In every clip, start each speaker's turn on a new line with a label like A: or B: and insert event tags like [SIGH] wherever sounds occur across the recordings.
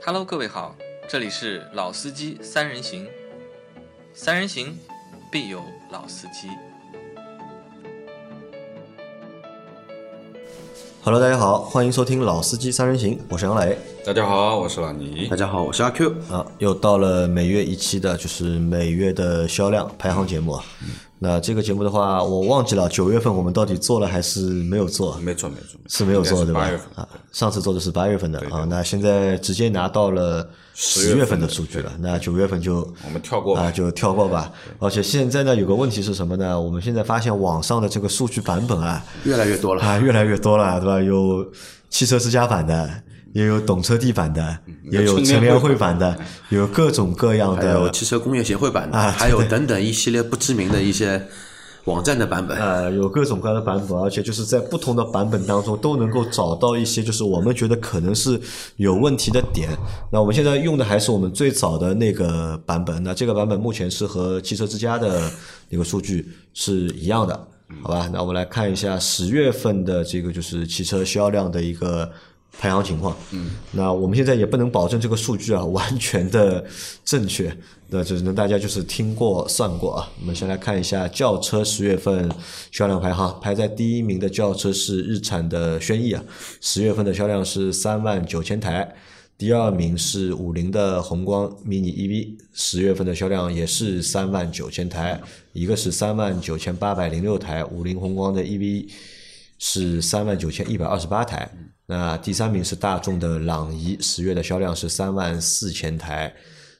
A: Hello，各位好，这里是老司机三人行，三人行必有老司机。
B: Hello，大家好，欢迎收听《老司机三人行》，我是杨磊
C: 大家好，我是老倪。
D: 大家好，我是阿 Q。
B: 啊，又到了每月一期的，就是每月的销量排行节目啊。那这个节目的话，我忘记了九月份我们到底做了还是没有做，
C: 没错没错，
B: 是没有做对
C: 应该
B: 吧
C: 是八月份？
B: 啊，上次做的是八月份的啊，那现在直接拿到了十月份的数据了，那九月份就
C: 我们跳过吧
B: 啊，就跳过吧。而且现在呢，有个问题是什么呢？我们现在发现网上的这个数据版本啊，
D: 越来越多
B: [LAUGHS]
D: 了，
B: 啊，越来越多了，对吧？有汽车之家版的，也有懂车帝版的，也嗯有乘联会版的，有各种各样
D: 还有
B: 的。
D: 汽车工业协会版的，
B: 哎呃啊
D: 还有等等一系列不知名的一些网站的版本。
B: 呃，有各种各样的版本，而且就是在不同的版本当中都能够找到一些，就是我们觉得可能是有问题的点。那我们现在用的还是我们最早的那个版本，那这个版本目前是和汽车之家的那个数据是一样的，好吧？那我们来看一下十月份的这个就是汽车销量的一个排行情况。嗯，那我们现在也不能保证这个数据啊完全的正确，那只能大家就是听过算过啊。我们先来看一下轿车十月份销量排行，排在第一名的轿车是日产的轩逸啊，十月份的销量是三万九千台。第二名是五菱的宏光 mini EV，十月份的销量也是三万九千台，一个是三万九千八百零六台，五菱宏光的 E EV 是三万九千一百二十八台。那第三名是大众的朗逸，十月的销量是三万四千台。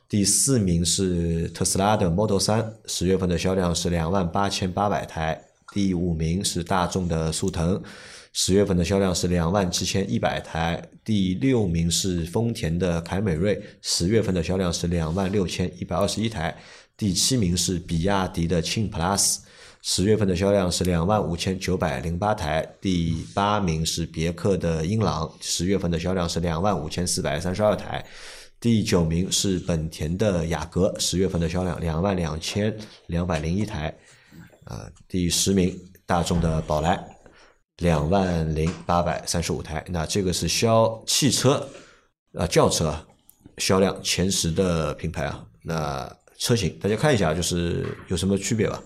B: 第四名是特斯拉的 Model 3，十月份的销量是两万八千八百台。第五名是大众的速腾，十月份的销量是两万七千一百台。第六名是丰田的凯美瑞，十月份的销量是两万六千一百二十一台。第七名是比亚迪的庆 Plus，十月份的销量是两万五千九百零八台，第八名是别克的英朗，十月份的销量是两万五千四百三十二台，第九名是本田的雅阁，十月份的销量两万两千两百零一台，啊、第十名大众的宝来，两万零八百三十五台，那这个是销汽车啊轿车啊销量前十的品牌啊，那车型大家看一下，就是有什么区别吧。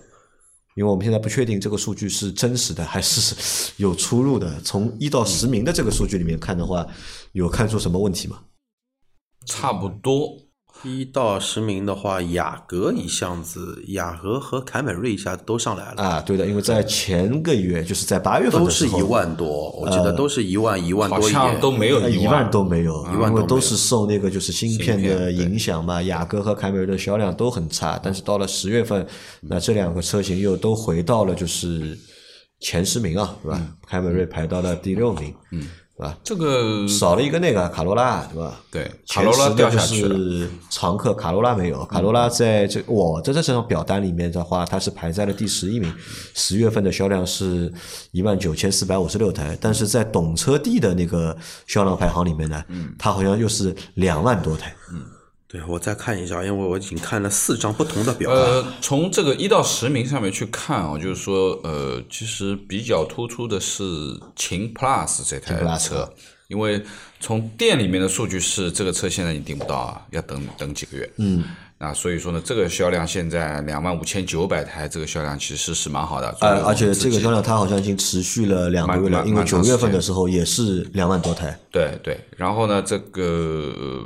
B: 因为我们现在不确定这个数据是真实的还是 [LAUGHS] 有出入的。从一到十名的这个数据里面看的话，有看出什么问题吗？
C: 差不多。
D: 一到十名的话，雅阁一下子，雅阁和凯美瑞一下都上来了，
B: 啊，对的，因为在前个月，就是在八月份
D: 都
B: 的
D: 是
B: 时候，
D: 一万多，我记得都是一万一万
C: 好
D: 多一
C: 像
D: 点。
C: 都没有
B: 呃一
C: 万
B: 万都没有，因
D: 万都没
B: 为
D: 有
B: 都是受那个就是芯片
C: 芯
B: 的
C: 片对
B: 影响嘛。雅阁和凯美瑞的销量都很差，但是到了十月份，那这两个车型又都回到了就是前十名啊，对吧？凯美瑞排到了第六名，嗯，对吧？
C: 这个
B: 少了一个那个卡罗拉，对吧？
C: 对卡
B: 前
C: 罗
B: 十
C: 拉
B: 的
C: 掉
B: 就
C: 下去了，
B: 是常客卡罗拉没有，卡罗拉在这我在这张表单里面的话，它是排在了第十一名，十月份的销量是一万九千四百五十六台，但是在懂车帝的那个销量排行里面呢，
C: 嗯
B: 它好像又是两万多台，
D: 对，我再看一下，因为我已经看了四张不同的表。
C: 呃，从这个一到十名上面去看啊，就是说，呃，其实比较突出的是秦 Plus 这
B: 秦 Plus
C: 台车，因为从店里面的数据是这个车现在你订不到啊，要等等几个月。嗯。那所以说呢，这个销量现在两万五千九百台，这个销量其实是蛮好的。
B: 呃，而且这个
C: 销。
B: 销量它好像已经持续了两个月了，
C: 蛮蛮
B: 因为
C: 蛮
B: 九
C: 长时
B: 月份的
C: 间
B: 时候也是两万多台，
C: 对对，然后呢，这个呃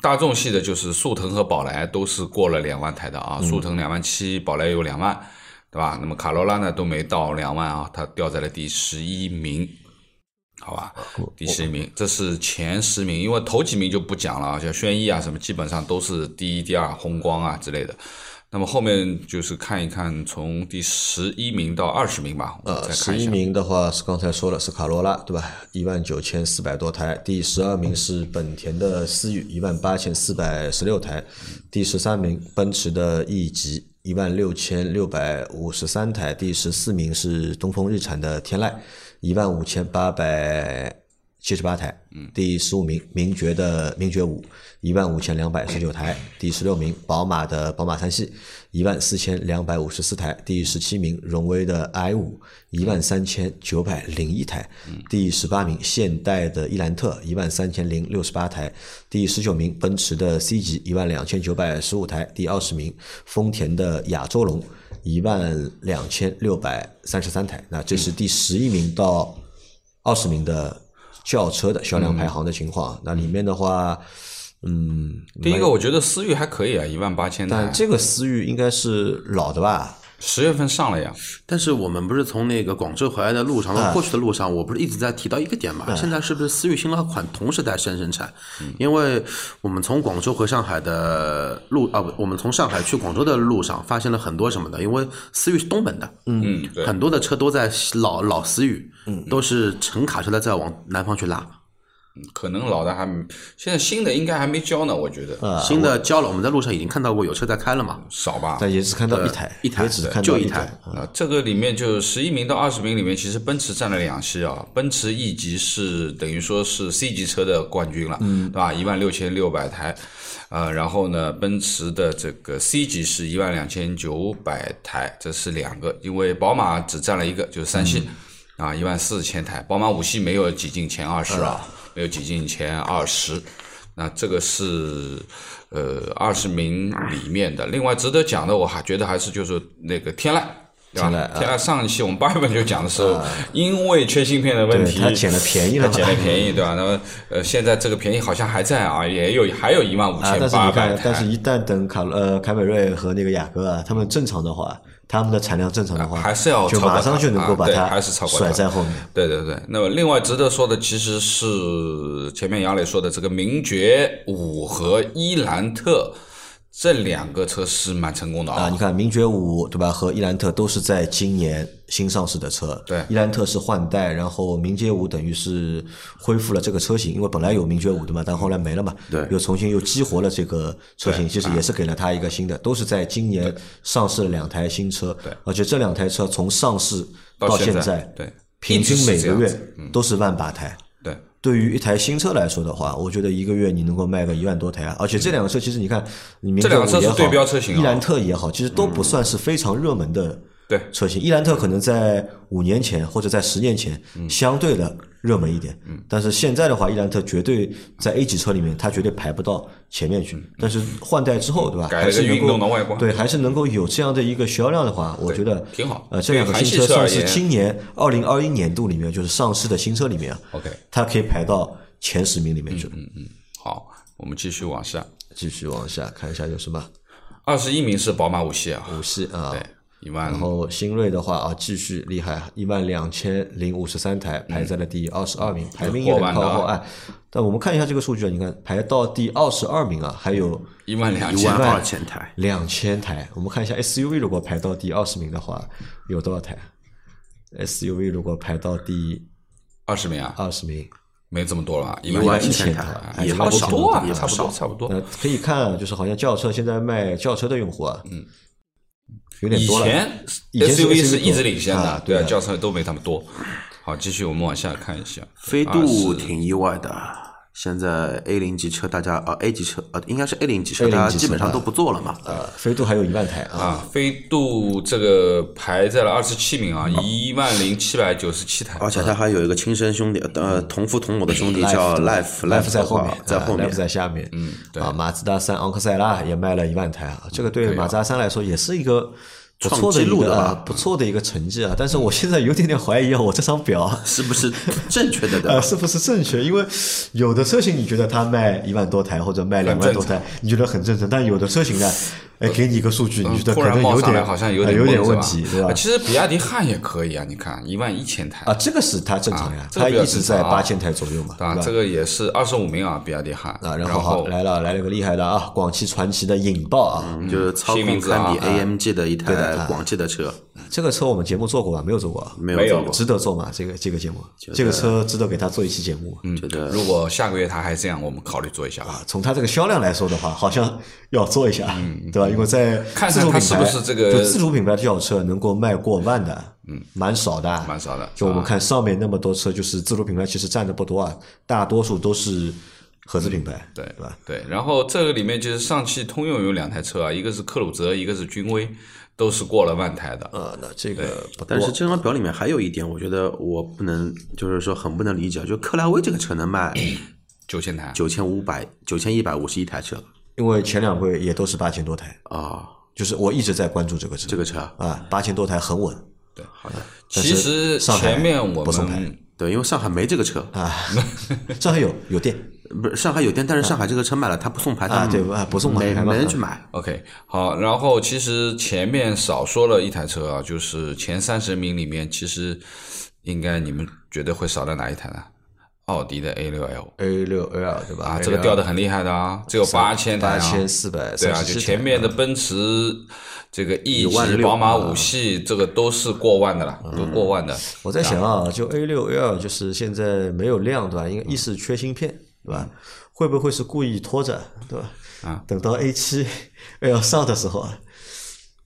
C: 大众系的就是速腾和宝来都是过了两万台的啊，
B: 嗯
C: 速腾两万七，宝来有两万，对吧？那么卡罗拉呢都没到两万啊，它掉在了第十一名，好吧，
B: 啊
C: 第十一名，这是前十名，因为头几名就不讲了啊，像轩逸啊什么，基本上都是第一、第二，红光啊之类的。那么后面就是看一看从第十一名到二十名吧，我们
B: 呃，
C: 再
B: 十
C: 看一
B: 一
C: 下。
B: 名的话是刚才说了是卡罗拉，对吧？一万九千四百多台。第十二名是本田的思域，一万八千四百十六台。第十三名奔驰的 E 级，一万六千六百五十三台。第十四名是东风日产的天籁，一万五千八百七十八台，第十五名名爵的名爵五一万五千两百十九台，第十六名宝马的宝马三系一万四千两百五十四台，第十七名荣威的 i 五一万三千九百零一台，第十八名现代的伊兰特一万三千零六十八台，第十九名奔驰的 C 级一万两千九百十五台，第二十名丰田的亚洲龙一万两千六百三十三台，那这是第十一名到二十名的轿车的销量排行的情况。那里面的话，嗯，
C: 第一个我觉得思域还可以啊，一万八千台
B: 但，这个思域应该是老的吧？
C: 十月份上了呀。
D: 但是我们不是从那个广州回来的路上，
C: 嗯
D: 然后过去的路上，我不是一直在提到一个点嘛？现在是不是思域、新拉款同时在生生产？
C: 嗯
D: 因为我们从广州回上海的路啊，不，我们从上海去广州的路上发现了很多什么的，因为思域是东本的，
C: 嗯，对，嗯
D: 很多的车都在老老思域，都是乘卡车的在往南方去拉。
C: 可能老的还没现在新的应该还没交啊呢，我觉得、
D: 新的交了，我们在路上已经看到过有车在开了嘛？
C: 少吧。
B: 但也只看
C: 呃
B: 到一台，
D: 一台
B: 也只
D: 对
B: 看
D: 就
B: 到
D: 一
B: 台
D: 台。
C: 啊，这个里面就十一名到二十名里面，其实奔驰占了两席啊。奔驰 E 级是等于说是 C 级车的冠军了，对吧？一万六千六百台，呃，然后呢，奔驰的这个 C 级是一万两千九百台，这是两个，因为宝马只占了一个，就是三系。
B: 嗯
C: 啊，一万四千台，宝马五系没有挤进前二十啊，
B: 嗯
C: 没有挤进前二十。那这个是呃二十名里面的。另外值得讲的，我还觉得还是就是那个天籁，对吧？
B: 天籁啊
C: 天籁上一期我们八月份就讲的时候，因为缺芯片的问
B: 对，
C: 题，
B: 他捡了便宜
C: 它
B: 了嘛，
C: 捡了便宜，对吧？那么呃，现在这个便宜好像还在啊，也有还有一万五
B: 啊，
C: 千
B: 但是
C: 八
B: 你
C: 百
B: 看，
C: 台。
B: 但是一旦等卡罗呃凯美瑞和那个雅阁啊，他们正常的话，他们的产量正常的话，
C: 还是要
B: 就
C: 超过
B: 马上
C: 它
B: 就能够
C: 啊
B: 把
C: 对
B: 它
C: 还是超过
B: 甩
C: 它
B: 在后面。
C: 对对对，那么另外值得说的其实是前面杨磊说的这个名爵五和伊兰特这两个车是蛮成功的
B: 啊，你看名爵五对吧？和伊兰特都是在今年新上市的车。
C: 对
B: 伊兰特是换代，然后名爵五等于是恢复了这个车型，因为本来有名爵五的嘛，但后来没了嘛。
D: 对
B: 又重新又激活了这个车型，
C: 对
B: 其实也是给了它一个新的，都是在今年上市了两台新车。
C: 对
B: 而且这两台车从上市
C: 到
B: 现
C: 在
B: 在，
C: 对
B: 平均每个
C: 一直是这样
B: 月
C: 子嗯
B: 都是万把台。
C: 对
B: 对于一台新车来说的话，我觉得一个月你能够卖个一万多台啊，而且这两个车其实你看，你名
C: 这两个
B: 贵
C: 车
B: 五也
C: 是对
B: 好
C: 标车型啊嗯
B: 伊兰特也好，其实都不算是非常热门的
C: 对
B: 车型。伊兰特可能在五年前或者在十年前
C: 嗯
B: 相对的热门一点，但是现在的话，伊兰特绝对在 A 级车里面，它绝对排不到前面去。但是换代之后，对吧？
C: 嗯改了
B: 还是
C: 个
B: 能
C: 运动的
B: 够
C: 外观
B: 对，还是能够有这样的一个销量的话，我觉得
C: 挺好
B: 呃，这两个
C: 对韩
B: 新
C: 系
B: 车
C: 车
B: 算
C: 而
B: 是
C: 言
B: 今年二零二一年度里面就是上市的新车里面啊。
C: ，OK，
B: 它可以排到前十名里面去。
C: 嗯好，我们继续往下，
B: 继续往下看一下有什么
C: 二十一名是宝马五系啊，
B: 五系啊
C: 对，，一万
B: 然后新锐的话啊，继续厉害，一万两千零五十三台排在了第
C: 嗯
B: 二十二名，排名有点靠
C: 过
B: 后
C: 万
B: 哎。但我们看一下这个数据啊，你看排到第二十二名啊，还有
C: 一万两
D: 一
C: 千
D: 万二千台，
B: 两千台。我们看一下 SUV 如果排到第二十名的话，有多少台？SUV 如果排到第
C: 二十名啊，
B: 二十名，
C: 没这么多了啊，一
D: 一
C: 万
D: 万
C: 一
D: 一
C: 千
D: 千
B: 台
D: 台
C: 台，
D: 也
C: 差
D: 不
C: 不
D: 少
C: 多啊，
D: 也
C: 差
D: 不
C: 不
D: 少
C: 多，。差不多。
B: 那可以看啊，就是好像轿车现在卖轿车的用户啊，嗯，有点
C: 以
B: 多了。
C: 前
B: 以前是
C: SUV
B: 是
C: 是
B: 多
C: 一直领先的，
B: 啊
C: 对
B: 对
C: 啊，
B: 的
C: 轿车都没他们多。好，继续我们往下看一下，
D: 飞
B: 啊
C: 20
D: 度挺意外的，现在 A 零级车大家啊 A 级车啊应该是 A 零级车，
B: A0 级
D: 大
B: 车
D: 家基本上都不做了嘛。
B: 呃，飞度还有一万台啊，
C: 啊，飞度这个排在了二十七名啊，一万零七百九十七台。
D: 而且他还有一个亲生兄弟，呃，同父同母的兄弟啊叫 Life
B: 嗯 Life 在
D: 的
B: 后
D: 话
B: 面，
D: 在后
B: 啊
D: 面
B: ，Life 在下面，嗯，
C: 对
B: 啊，马自达三昂克赛拉也卖了一万台啊，这个对马自达三来说也是一个。不错的一
D: 创纪录
B: 个
D: 的吧
B: 啊不错的一个成绩啊！但是我现在有点点怀疑啊，我这张表啊
D: 是不是正确的？对
B: 呃 [LAUGHS]
D: 吧？
B: 是不是正确？因为有的车型你觉得它卖一万多台或者卖两万多台，你觉得很正常，但有的车型呢，哎，给你一个数据，你觉得
C: 嗯突
B: 可能有
C: 然冒上来，
B: 点
C: 好像
B: 有
C: 点
B: 有点
C: 懵是
B: 问题，对吧
C: 啊？其实比亚迪汉也可以啊，你看一万一千台
B: 啊，，这个是它正常呀
C: 啊，这个
B: 它
C: 比较
B: 一直在
C: 正常啊
B: 八千台左右嘛，
C: 对
B: 对
C: 吧？
B: 吧
C: 这？个也是二十五名啊，比亚迪汉
B: 啊，然
C: 然
B: 后好来了来了个厉害的啊，广汽传祺的引爆啊，
D: 就是操
C: 新名
D: 控
C: 字啊
D: 堪比
C: 啊
D: AMG 的一
B: 对的啊
D: 台广汽的车，
B: 这个车我们节目做过吧？没有做过啊，
D: 没
C: 没
D: 有
C: 有
D: 做过
B: 值得做吗？这个这个节目，这个车值得给他做一期节目吗。
C: 嗯
D: 觉得
C: 如果下个月它还这样，我们考虑做一下吧。
B: 啊，从它这个销量来说的话，好像要做一下，对吧？因为在
C: 嗯看看
B: 自主品牌
C: 它是不是这个
B: 就自主品牌的轿车能够卖过万的，嗯，蛮少的，
C: 蛮少的啊
B: 就我们看上面那么多车，就是自主品牌其实占的不多啊，大多数都是合资品牌，
C: 嗯对
B: 对吧？
C: 对，然后这个里面就是上汽通用有两台车啊，一个是克鲁泽，一个是君威，都是过了万台的。
B: 呃，那这个不多
D: 但是这张表里面还有一点，我觉得我不能，就是说很不能理解，就克莱威这个车
B: [COUGHS]
D: 能卖
C: 九千台，
D: 九千五百、九千一百五十一台车
B: 因为前两回也都是八千多台，
D: 啊，
B: 就是我一直在关注这个车，
D: 这个车
B: 啊，八千多台很稳，但
C: 其
B: 是
C: 实
B: 上海
C: 前面我
B: 不送牌
C: 们
D: 对，因为上海没这个车，
B: 上海有有店
D: 不是上海有店，但是上海这个车卖了，它不送牌，
B: 啊，
D: 它
B: 对吧？不送
D: 没
B: 牌
D: 没人
B: 吧
D: 去买。
C: OK，好，然后其实前面少说了一台车啊，就是前三十名里面，其实应该你们觉得会少掉哪一台呢？奥迪的 A6L
B: A 六 L 对吧？
C: 啊，这个掉
B: 的
C: 的很厉害的啊，只有八千台
B: 八
C: 啊，
B: 千四百
C: 对
B: 三
C: 啊，
B: 十
C: 就
B: 七
C: 前面的奔驰、这个 E
D: 有万
C: 级、
D: 六
C: 宝马
B: 啊
C: 五系，这个都是过万的
B: 嗯
C: 啦，都过万的。
B: 我在想啊，就 A 六 L 就是现在没有量对吧？因为
C: 嗯
B: 一是缺芯片对吧？会不会是故意拖着对吧？
C: 啊，
B: 等到 A 七 [LAUGHS] L 上的时候，啊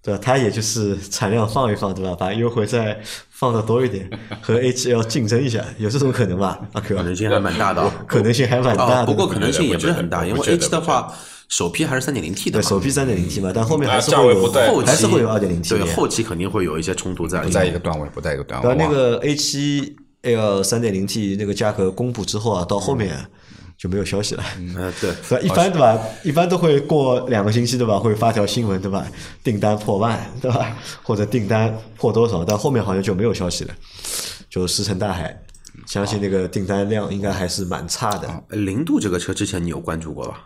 B: 对吧？它也就是产量放一放对吧？把优惠再放的多一点，和 A 七 L 竞争一下，有这种可能吧？阿 Q，
C: 嗯
D: 可能性还蛮
B: [LAUGHS]
D: 大的啊，
B: 可能性还蛮大
D: 啊，
B: 的。
C: 哦
D: 不过可能性也不是很
C: 我
D: 大，
C: 觉得
D: 因为
C: 我觉
D: H
C: 得
D: 的话，首批还是三点零 T 的
B: 对
D: 嘛，
B: 首批三点零 T 嘛，但后面还是
C: 啊价
B: 会
C: 位
B: 有
C: 不对
D: 后期
B: 还是会有二点零 T 的呀。
D: 对，后期肯定会有一些冲突在
C: 不
D: 里
C: 在一
D: 面。
C: 个段位，不在一个段
B: 然
C: 位。
B: 呃后那
C: 哇
B: 个 A 七 L 三点零 T 那个价格公布之后啊，到后面就没有消息了。
D: 嗯，对，
B: 对吧， [LAUGHS] 一般对吧？一般都会过两个星期对吧？会发条新闻对吧？订单破万对吧？或者订单破多少？但后面好像就没有消息了，就石沉大海。相信那个订单量应该还是蛮差的。
D: 呃零度这个车之前你有关注过吧？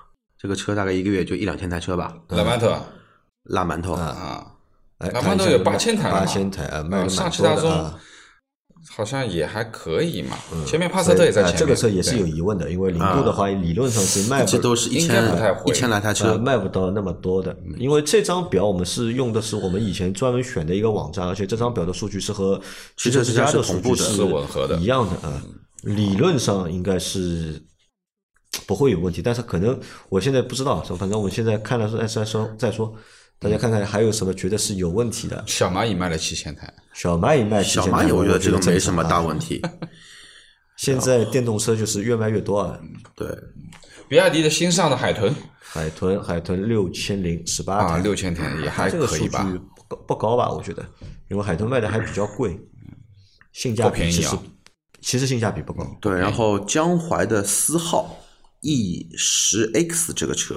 D: 这个车大概一个月就一两千台车吧，
C: 拉曼特
D: 拉馒头。
C: 啊，
B: 哎，
C: 哪怕都有8000台了嘛
B: 八千台啊，卖
C: 嗯
B: 了
C: 上
B: 蛮
C: 汽
B: 多
C: 大
B: 的
C: 众
B: 啊。嗯
C: 好像也还可以嘛。前面帕萨特也在
B: 所以呃
C: 前面，
B: 这个车也是
C: 对啊
B: 有疑问的，因为零度的话，理论上是卖
D: 这
B: 不
D: 都是一
C: 应该
D: 千
C: 不太会
D: 一千来台
B: 呃
D: 车，
B: 卖不到那么多的，
D: 嗯
B: 因为这张表我们是用的是我们以前专门选的一个网站，而且这张表的数据是和汽车之家的数据
D: 是
C: 同步的是吻合的
B: 一样的啊。
D: 嗯
B: 理论上应该是不会有问题，但是可能我现在不知道，反正我们现在看了再再说再说，大家看看还有什么觉得是有问题的。
C: 小蚂蚁卖了七千台，
B: 小蚂蚁卖
D: 小蚂蚁我
B: 我
D: 觉得这个没什么大
B: 题。
D: 问题。啊
B: 现在电动车就是越卖越多啊，
D: 对，
C: 比亚迪的新上的海豚
B: 海豚海豚六千零十八
C: 啊，六千台也还
B: 这个
C: 可
B: 数
C: 以
B: 据
C: 吧？
B: 不高不高吧？我觉得，因为海豚卖的还比较贵，性价
C: 不
B: 比
C: 便宜
B: 其实、
C: 啊嗯
B: 其实性价比不高。
D: 对，然后江淮的思皓 E 十 X 这个车，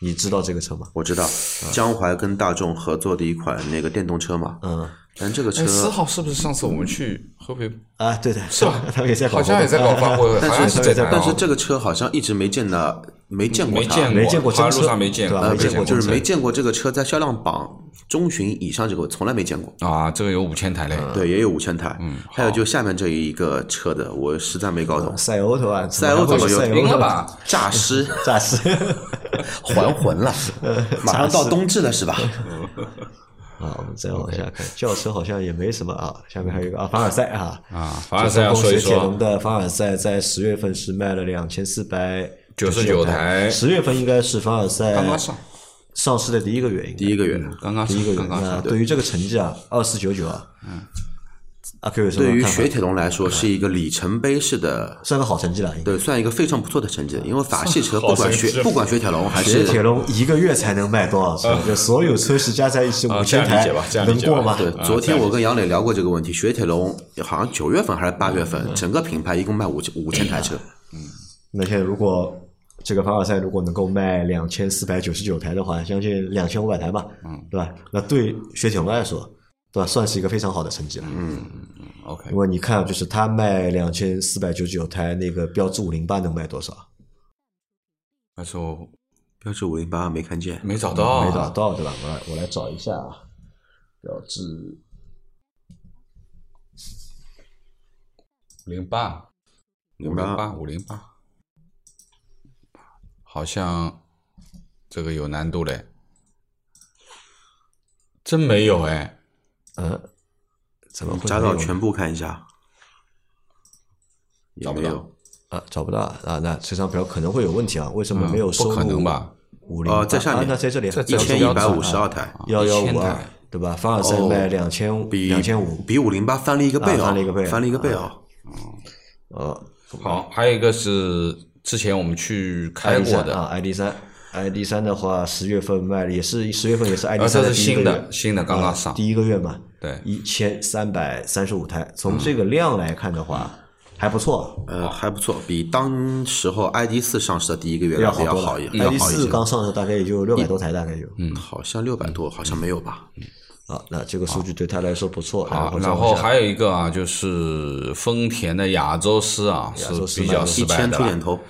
B: 你知道这个车吗？
D: 我知道，江淮跟大众合作的一款那个电动车嘛，
B: 嗯
D: 但这个车
C: 哎，四号是不是上次我们去合肥，
B: 啊，对的，
C: 是吧
B: [LAUGHS] 他们也在搞活
C: 好
B: 动，
C: 像也在搞发
B: [LAUGHS]
C: 布会，好像
D: 但
C: 是
D: 是
C: 这台啊，
D: 但是这个车好像一直没见到，没见过
C: 没
D: 它，
C: 见
B: 没见过真
C: 好
B: 车
C: 像路上没见
B: 对吧
C: 过，
B: 没见过
D: 就是
B: 真车
D: 没见过这个车在销量榜中旬以上这个，我从来没见过。
C: 啊，这个有五千台嘞，
D: 对，也有五千台，嗯，还有就下面这一个车的，我实在没搞懂，
B: [LAUGHS] 赛欧头啊，
D: 赛欧
B: 怎
D: 头
B: 么还会有赛
C: 赢
B: 欧
C: 了
B: 头？ [LAUGHS]
C: 吧？
D: 诈尸
B: 暂时 [LAUGHS]
D: 还魂了， [LAUGHS] 马上到冬至了是吧？
B: 啊，我们再往下看，轿车好像也没什么啊。下面还有一个啊，凡尔赛啊，
C: 啊，凡尔赛要说一
B: 铁龙
C: 说，
B: 的凡尔赛在十月份是卖了两千四百
C: 99台
B: 十月份应该是凡尔赛
C: 刚刚上，
B: 上市的第一个月，应该
D: 第一个月，
C: 刚刚上
B: 第一个月
C: 刚，刚
B: 那
C: 上，
B: 对于这个成绩啊，二四九九啊，嗯，阿 Q 有什么
D: 对于
B: 嗯看法
D: 雪？铁龙来说是一个里程碑式的，
B: 算个好成绩了，应该。
D: 对，算一个非常不错的成绩，因为法系车不
C: 好
D: 管
C: 成绩
D: 雪不管雪铁龙还
B: 雪
D: 是
B: 铁龙一个月才能卖多少车？就所有车系加在一起
C: 啊
B: 五
C: 这
B: 千
C: 样理
B: 台
C: 解吧这，样理
B: 能
C: 解吧
B: 过吗？
D: 对，昨天我跟杨磊聊过这个问题，雪铁龙好像九月份还是八月
C: 嗯
D: 份，整个品牌一共卖五千五千
C: 哎
D: 台车，
B: 那现在如果这个凡尔赛如果能够卖两千四百九十九台的话，相信两千五百台吧，嗯，对吧？那对雪铁龙来说，对吧，算是一个非常好的成绩了。
C: 嗯 OK，
B: 因为你看啊，就是它卖两千四百九十九台，那个标致五零八能卖多少？
C: 但是我
D: 标致五零八没看见，
C: 嗯没找到，
B: 没找到对吧？我来我来找一下啊，标致
C: 零八五零八五零八，好像这个有难度嘞，真没有哎，
B: 嗯，怎么会没
D: 查找
B: 有
D: 全部看一下，有
C: 找不
D: 没
C: 到
D: 有？
B: 啊？找不到啊啊？那这张表可能会有问题啊？为什么没有
C: 嗯
B: 收录？
C: 不可能吧？
B: 五零
D: 呃在下面
B: 啊，那在这里
C: 在
D: 一
C: 这
D: 千
C: 里
D: 一百五
C: 啊
D: 十二台，
B: 幺幺五
C: 1000
B: 二
C: 台
B: 对吧？凡尔赛
D: 哦
B: 卖两千
D: 比
B: 两千五，
D: 比五零八翻了一个倍
B: 啊
D: 哦，
B: 翻了一个倍
D: 翻了一个倍哦。
B: 呃，
C: 好，还有一个是之前我们去开
B: ID
C: 过
B: 三
C: 的，
B: 啊，ID 三，ID 三的话，十月份卖了，也是十月份也是
C: 而
B: ID
C: 呃这
B: 三
C: 是
B: 第一个
C: 新
B: 月
C: 的，，新的刚刚上
B: 啊。第一个月嘛，
C: 对
B: 一千三百三十五台，从这个量来看的话，还不错，
D: 呃，还不错，比当时候 ID 四上市的第一个月
B: 要
D: 来的要
B: 多
D: 好
B: 了
D: 一。
C: 嗯
D: 要
B: ID
D: 好一
B: 四
D: 些。
B: 刚上市，大概也就六百多台，大概有
D: 嗯，好像六百多，好像没有吧？
C: 嗯
B: 啊，那这个数据对他来说不错。
C: 好，
B: 再
C: 然
B: 往
C: 后
B: 下
C: 还有一个啊，就是丰田的亚洲狮啊，
B: 亚洲狮
C: 是比较
B: 卖了
C: 失
D: 一
C: 败
D: 千
C: 的
D: 出
C: 啦
D: 点头，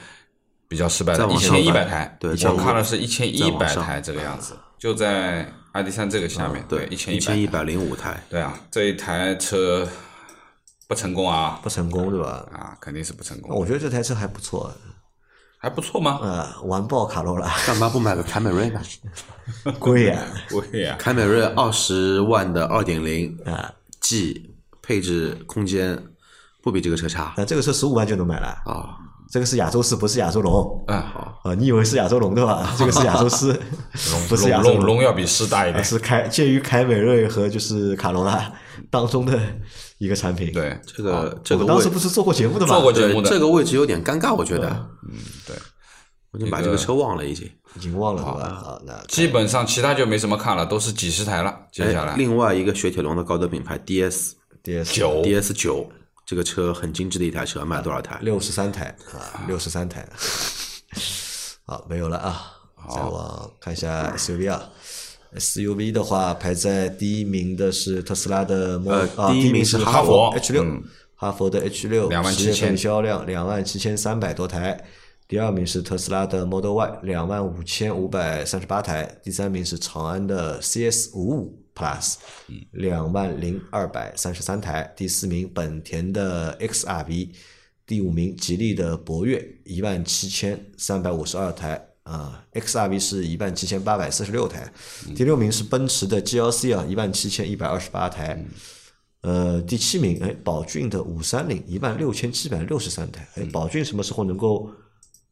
C: 比较失败
D: 再
C: 的，一
D: 往上
C: 千一百
D: 吧
C: 台，
D: 对再
C: 我
D: 往
C: 看了是一千一百
D: 再往
C: 台
D: 上嗯
C: 这个样子，就在 ID 三这个下面，对，一千
D: 一
C: 一
D: 千
C: 百，
D: 一百零五台。
C: 对啊，这一台车不成功啊，
B: 不成功对吧？
C: 啊，肯定是不成
B: 那
D: 哦
C: 功，
B: 我觉得这台车还不错，
C: 还不错吗？
D: 嗯
B: 呃，完爆卡罗拉 [LAUGHS]
D: 干嘛不买个凯美瑞呢？
B: 贵啊呀
C: 对呀，
D: 凯美瑞二十万的二点零
B: 啊！
D: G 配置空间不比这个车差
B: 那这个车十五万就能买了，
D: 啊。
B: 这个是亚洲狮，不是亚洲龙
D: [LAUGHS]
C: 嗯，好，
B: 啊！你以为是亚洲龙对
C: [LAUGHS]
B: 吧？这个是亚洲狮， [LAUGHS] 不是亚
C: 龙
B: 洲
C: 龙龙要比狮大一
B: 而
D: 啊
C: 点，
B: 是凯介于凯美瑞和就是卡罗拉 [LAUGHS] 当中的一个产品。，
C: 对，
D: 这个这
B: 我
D: 个
B: 们当
D: 位
B: 时不是做过节目的吗？
C: 做过节目
D: 对
C: 的
D: 这个位置有点尴尬，我觉得
C: 对，
D: 我已经把这个车忘了已经。
B: 已经忘了对吧？啊，那
C: 基本上其他就没什么看了，都是几十台了，接下
D: 哎
C: 来
D: 另外一个雪铁龙的高德品牌 DS
B: DS
C: 九
D: DS 九这个车很精致的一台车，卖了多少台？
B: 六十三台啊，六十三台。 [LAUGHS] 好，没有了啊。再往看一下 SUV 啊，SUV 的话排在第一名的是特斯拉的 m
D: 呃
B: 啊，
D: 第一
B: 一
D: 名
B: 是
D: 是
B: 哈
C: 哈
B: 佛
C: 佛
B: H 六
C: 嗯，
B: 哈佛的 H 六
C: 27,000
B: 十月份销量两万七千三百多台。第二名是特斯拉的 Model Y，两万五千五百三十八台。第三名是长安的 CS 五五 Plus，两万零二百三十三台。第四名本田的 XRV，第五名吉利的博越，一万七千三百五十二台。啊、x r v 是一万七千八百四十六台，第六名是奔驰的 GLC 啊，一万七千一百二十八台，呃，第七名，哎，宝骏的五三零一万六千七百六十三台，哎，宝骏什么时候能够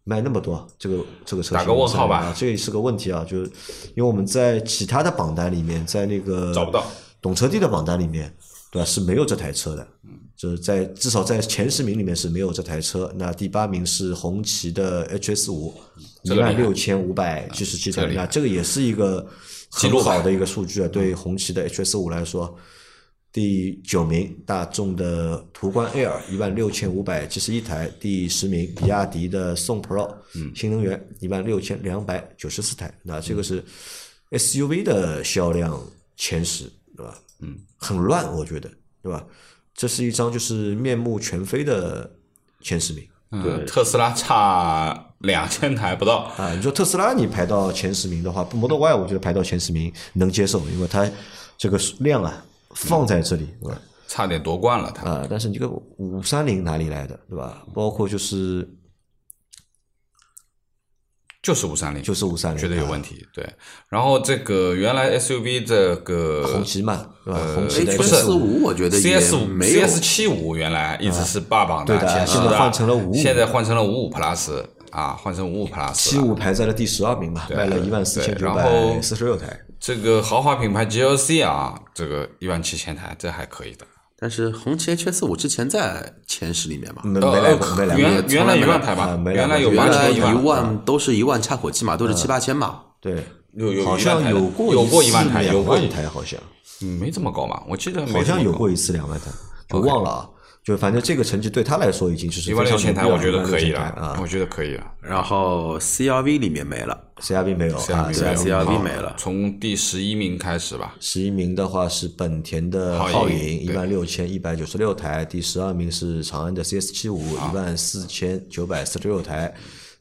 B: 卖那么多啊？这个这个车
C: 打
B: 型
C: 个问号吧
B: 啊这也是个问题啊，就是因为我们在其他的榜单里面，在那个
C: 找不到
B: 懂车帝的榜单里面，对吧？是没有这台车的，
C: 嗯
B: 就是在至少在前十名里面是没有这台车。那第八名是红旗的 HS 五，一
C: 嗯这个厉害
B: 万六千五百七十七台，
C: 这个厉害
B: 那这个也是一个
C: 记
B: 很
C: 录吧嗯
B: 好的一个数据啊，对于红旗的 HS 五来说。第九名，大众的途观 L 一万六千五百七十一台；第十名，比亚迪的宋 Pro
C: 嗯
B: 新能源一万六千两百九十四台。那这个是 SUV 的销量前十，对吧？嗯，很乱，我觉得，对吧？这是一张就是面目全非的前十名
C: 嗯，特斯拉差两千台不到，
B: 啊！你说特斯拉你排到前十名的话不，Model Y 我觉得排到前十名能接受，因为它这个量啊放在这里，对吧？
C: 差点夺冠了，
D: 嗯
C: 他
B: 啊、但是你这个五三零哪里来的，对吧？包括就是
C: 就是五三零，
B: 就是五三零，啊
C: 觉得有问
B: 题，
C: 题。对，然后这个原来 SUV 这
B: 红
C: 个
B: 旗嘛，对
C: 呃
B: 吧？红旗的
D: H
C: 哎不是
D: 哎四五我觉得也
C: CS 五、
D: 没有
C: CS 七五原来一直是霸榜的，
B: 啊对的
C: 前十
B: 现在换成了55
C: 现在换成了五五 Plus 啊，换成五五 Plus 了。
B: 七五排在了第十二名嘛，卖了一万四千九
C: 然后
B: 百四十六台。
C: 这个豪华品牌 GLC 啊，这个一万七千台，这还可以的。
D: 但是红旗 H 四五之前在前十里面嘛，
B: 没
C: 呃
B: 没来过，
C: 呃
B: 没来过
C: 原。原来一万台
B: 啊
C: 吧，
B: 没来过
C: 原来有
B: 原
C: 八
D: 原来
C: 千
D: 一
C: 台吧，
D: 万都是一万差火机嘛，都是七八千嘛。
B: 对，
C: 有有
B: 好
C: 一万
B: 像
C: 台的
B: 有过
C: 有过
B: 一
C: 一万台，
B: 次
C: 有
B: 两
C: 过
B: 万台，好像
C: 嗯没这么高吧？我记得没
B: 好像
C: 这么
B: 有
C: 高
B: 过一次两万台，我忘了啊。就反正这个成绩对他来说已经就是
C: 一万六千台，
B: 台，
C: 我觉得可以
B: 了
C: 了
B: 啊。，
C: 我觉得可以了。
D: 然后 CRV 里面没了，
B: CRV 没有啊，
D: 对
C: 没有
D: CRV 没了
C: 从第十一名开始吧。
B: 十一名的话是本田的
C: 皓
B: 皓
C: 影
B: 影一万六千一百九十六台，第十二名是长安的 CS 七五一万四千九百四十六台，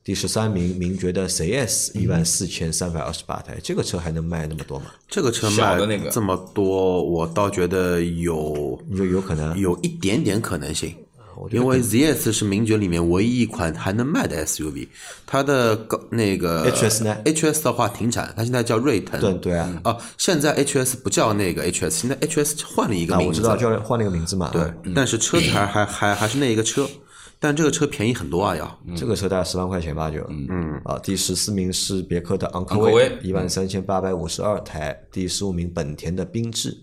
B: 第十三名名爵的 CS 一万四千三百二十八台，这个车还能卖那么多吗？
D: 这个车
C: 小
D: 卖
C: 的那个
D: 这么多，我倒觉得有
B: 你说有可能？
C: 嗯
D: 有一点点可能性。
B: 啊我觉得
D: 因为 ZS 是名爵里面唯一一款还能卖的 SUV，它的高那个
B: HS 呢
D: HS 的话停产，它现在叫瑞腾。
B: 对对
C: 嗯
B: 啊，
D: 哦，现在 HS 不叫那个 HS，现在 HS 换了一个
B: 啊，我
D: 名
B: 知
D: 字。
B: 道，就嗯换了一个名字嘛。啊
D: 对，，但是车子还还还还是那一个车，但这个车便宜很多啊，要。
B: 这个车大概十万块钱吧，就嗯啊，第十四名是别克的昂科
C: 昂科威
B: 一万三千八百五十二台；第十五名本田的缤智，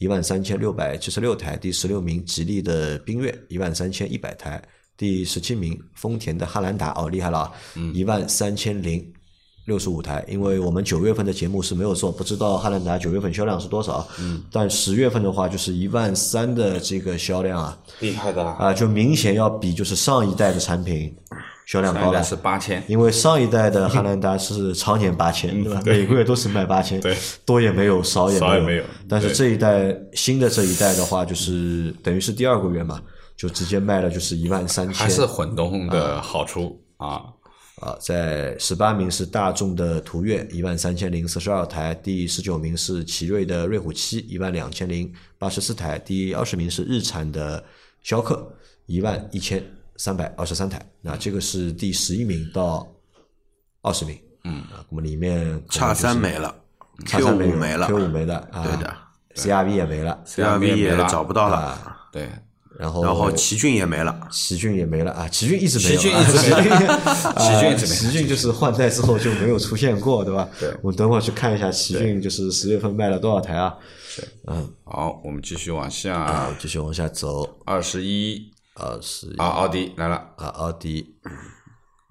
B: 一万三千六百七十六台；第十六名吉利的缤越，一万三千一百台；第十七名丰田的汉兰达，哦，厉害了啊，一万三千零。六十五台，因为我们九月份的节目是没有做，不知道汉兰达九月份销量是多少。嗯，但十月份的话，就是一万三的这个销量啊，
C: 厉害的啊，
B: 啊，就明显要比就是上一代的产品销量高
C: 应
B: 了
C: 该。是八千，
B: 因为上一代的汉兰达是常年八千，对吧？每个月都是卖八千，
C: 嗯对，
B: 多也没有，少也没
C: 少
B: 有。
C: 也没有
B: 但是
C: 对
B: 这一代新的这一代的话，就是等于是第二个月嘛，就直接卖了就是一万三千
C: 还，是混动的好处啊。
B: 啊，在十八名是大众的途岳，一万三千零四十二台；第十九名是奇瑞的瑞虎七，一万两千零八十四台；第二十名是日产的逍客，一万一千三百二十三台。那这个是第十一名到二十名，嗯，啊，我们里面
D: 叉三没了
B: 叉三没
D: ，Q 五没了
B: q 五没了，啊、
D: 对的
B: ，CRV 也没了，
D: ，CRV
C: 也没了
D: 也找不到了，哦
B: 啊，
C: 对，
B: 然后
D: 然后奇骏也没了。
B: 奇骏也没了啊，奇骏一直没有，
C: 奇骏
B: 啊
C: 一直没 [LAUGHS]
B: 啊
C: 奇骏一直没
B: 奇骏就是换代之后就没有出现过，对吧？
C: 对
B: 我等会儿去看一下奇骏，就是十月份卖了多少台啊？
C: 好，我们继续往
B: 啊
C: 下，，
B: 继续往下走，
C: 二十一
B: 二十
C: 啊，奥迪来了
B: 啊，奥迪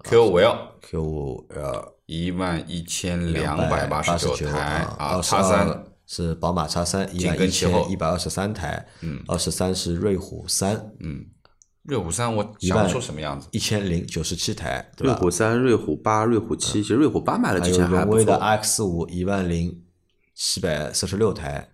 C: ，Q 五 L
B: Q 五 L
C: 一万一千两
B: 两
C: 百
B: 八
C: 八十
B: 九啊
C: 台啊
B: 二十
C: 叉
B: 二
C: 三
B: 是宝马叉三一
C: 紧
B: 万
C: 跟
B: 一
C: 其
B: 千
C: 后
B: 一百二十三台，嗯，二十三是瑞虎三
C: 嗯瑞虎三，我
B: 一
C: 想
B: 万
C: 不出什么样子。
B: 一千零九十七台，对
D: 瑞
B: 吧？
D: 虎三、瑞虎八、瑞虎七，其实瑞虎八卖了
B: 还
D: 之
B: 有
D: 前还
B: 荣
D: 不
B: 威的
D: 错。
B: RX 五一万零七百四十六台，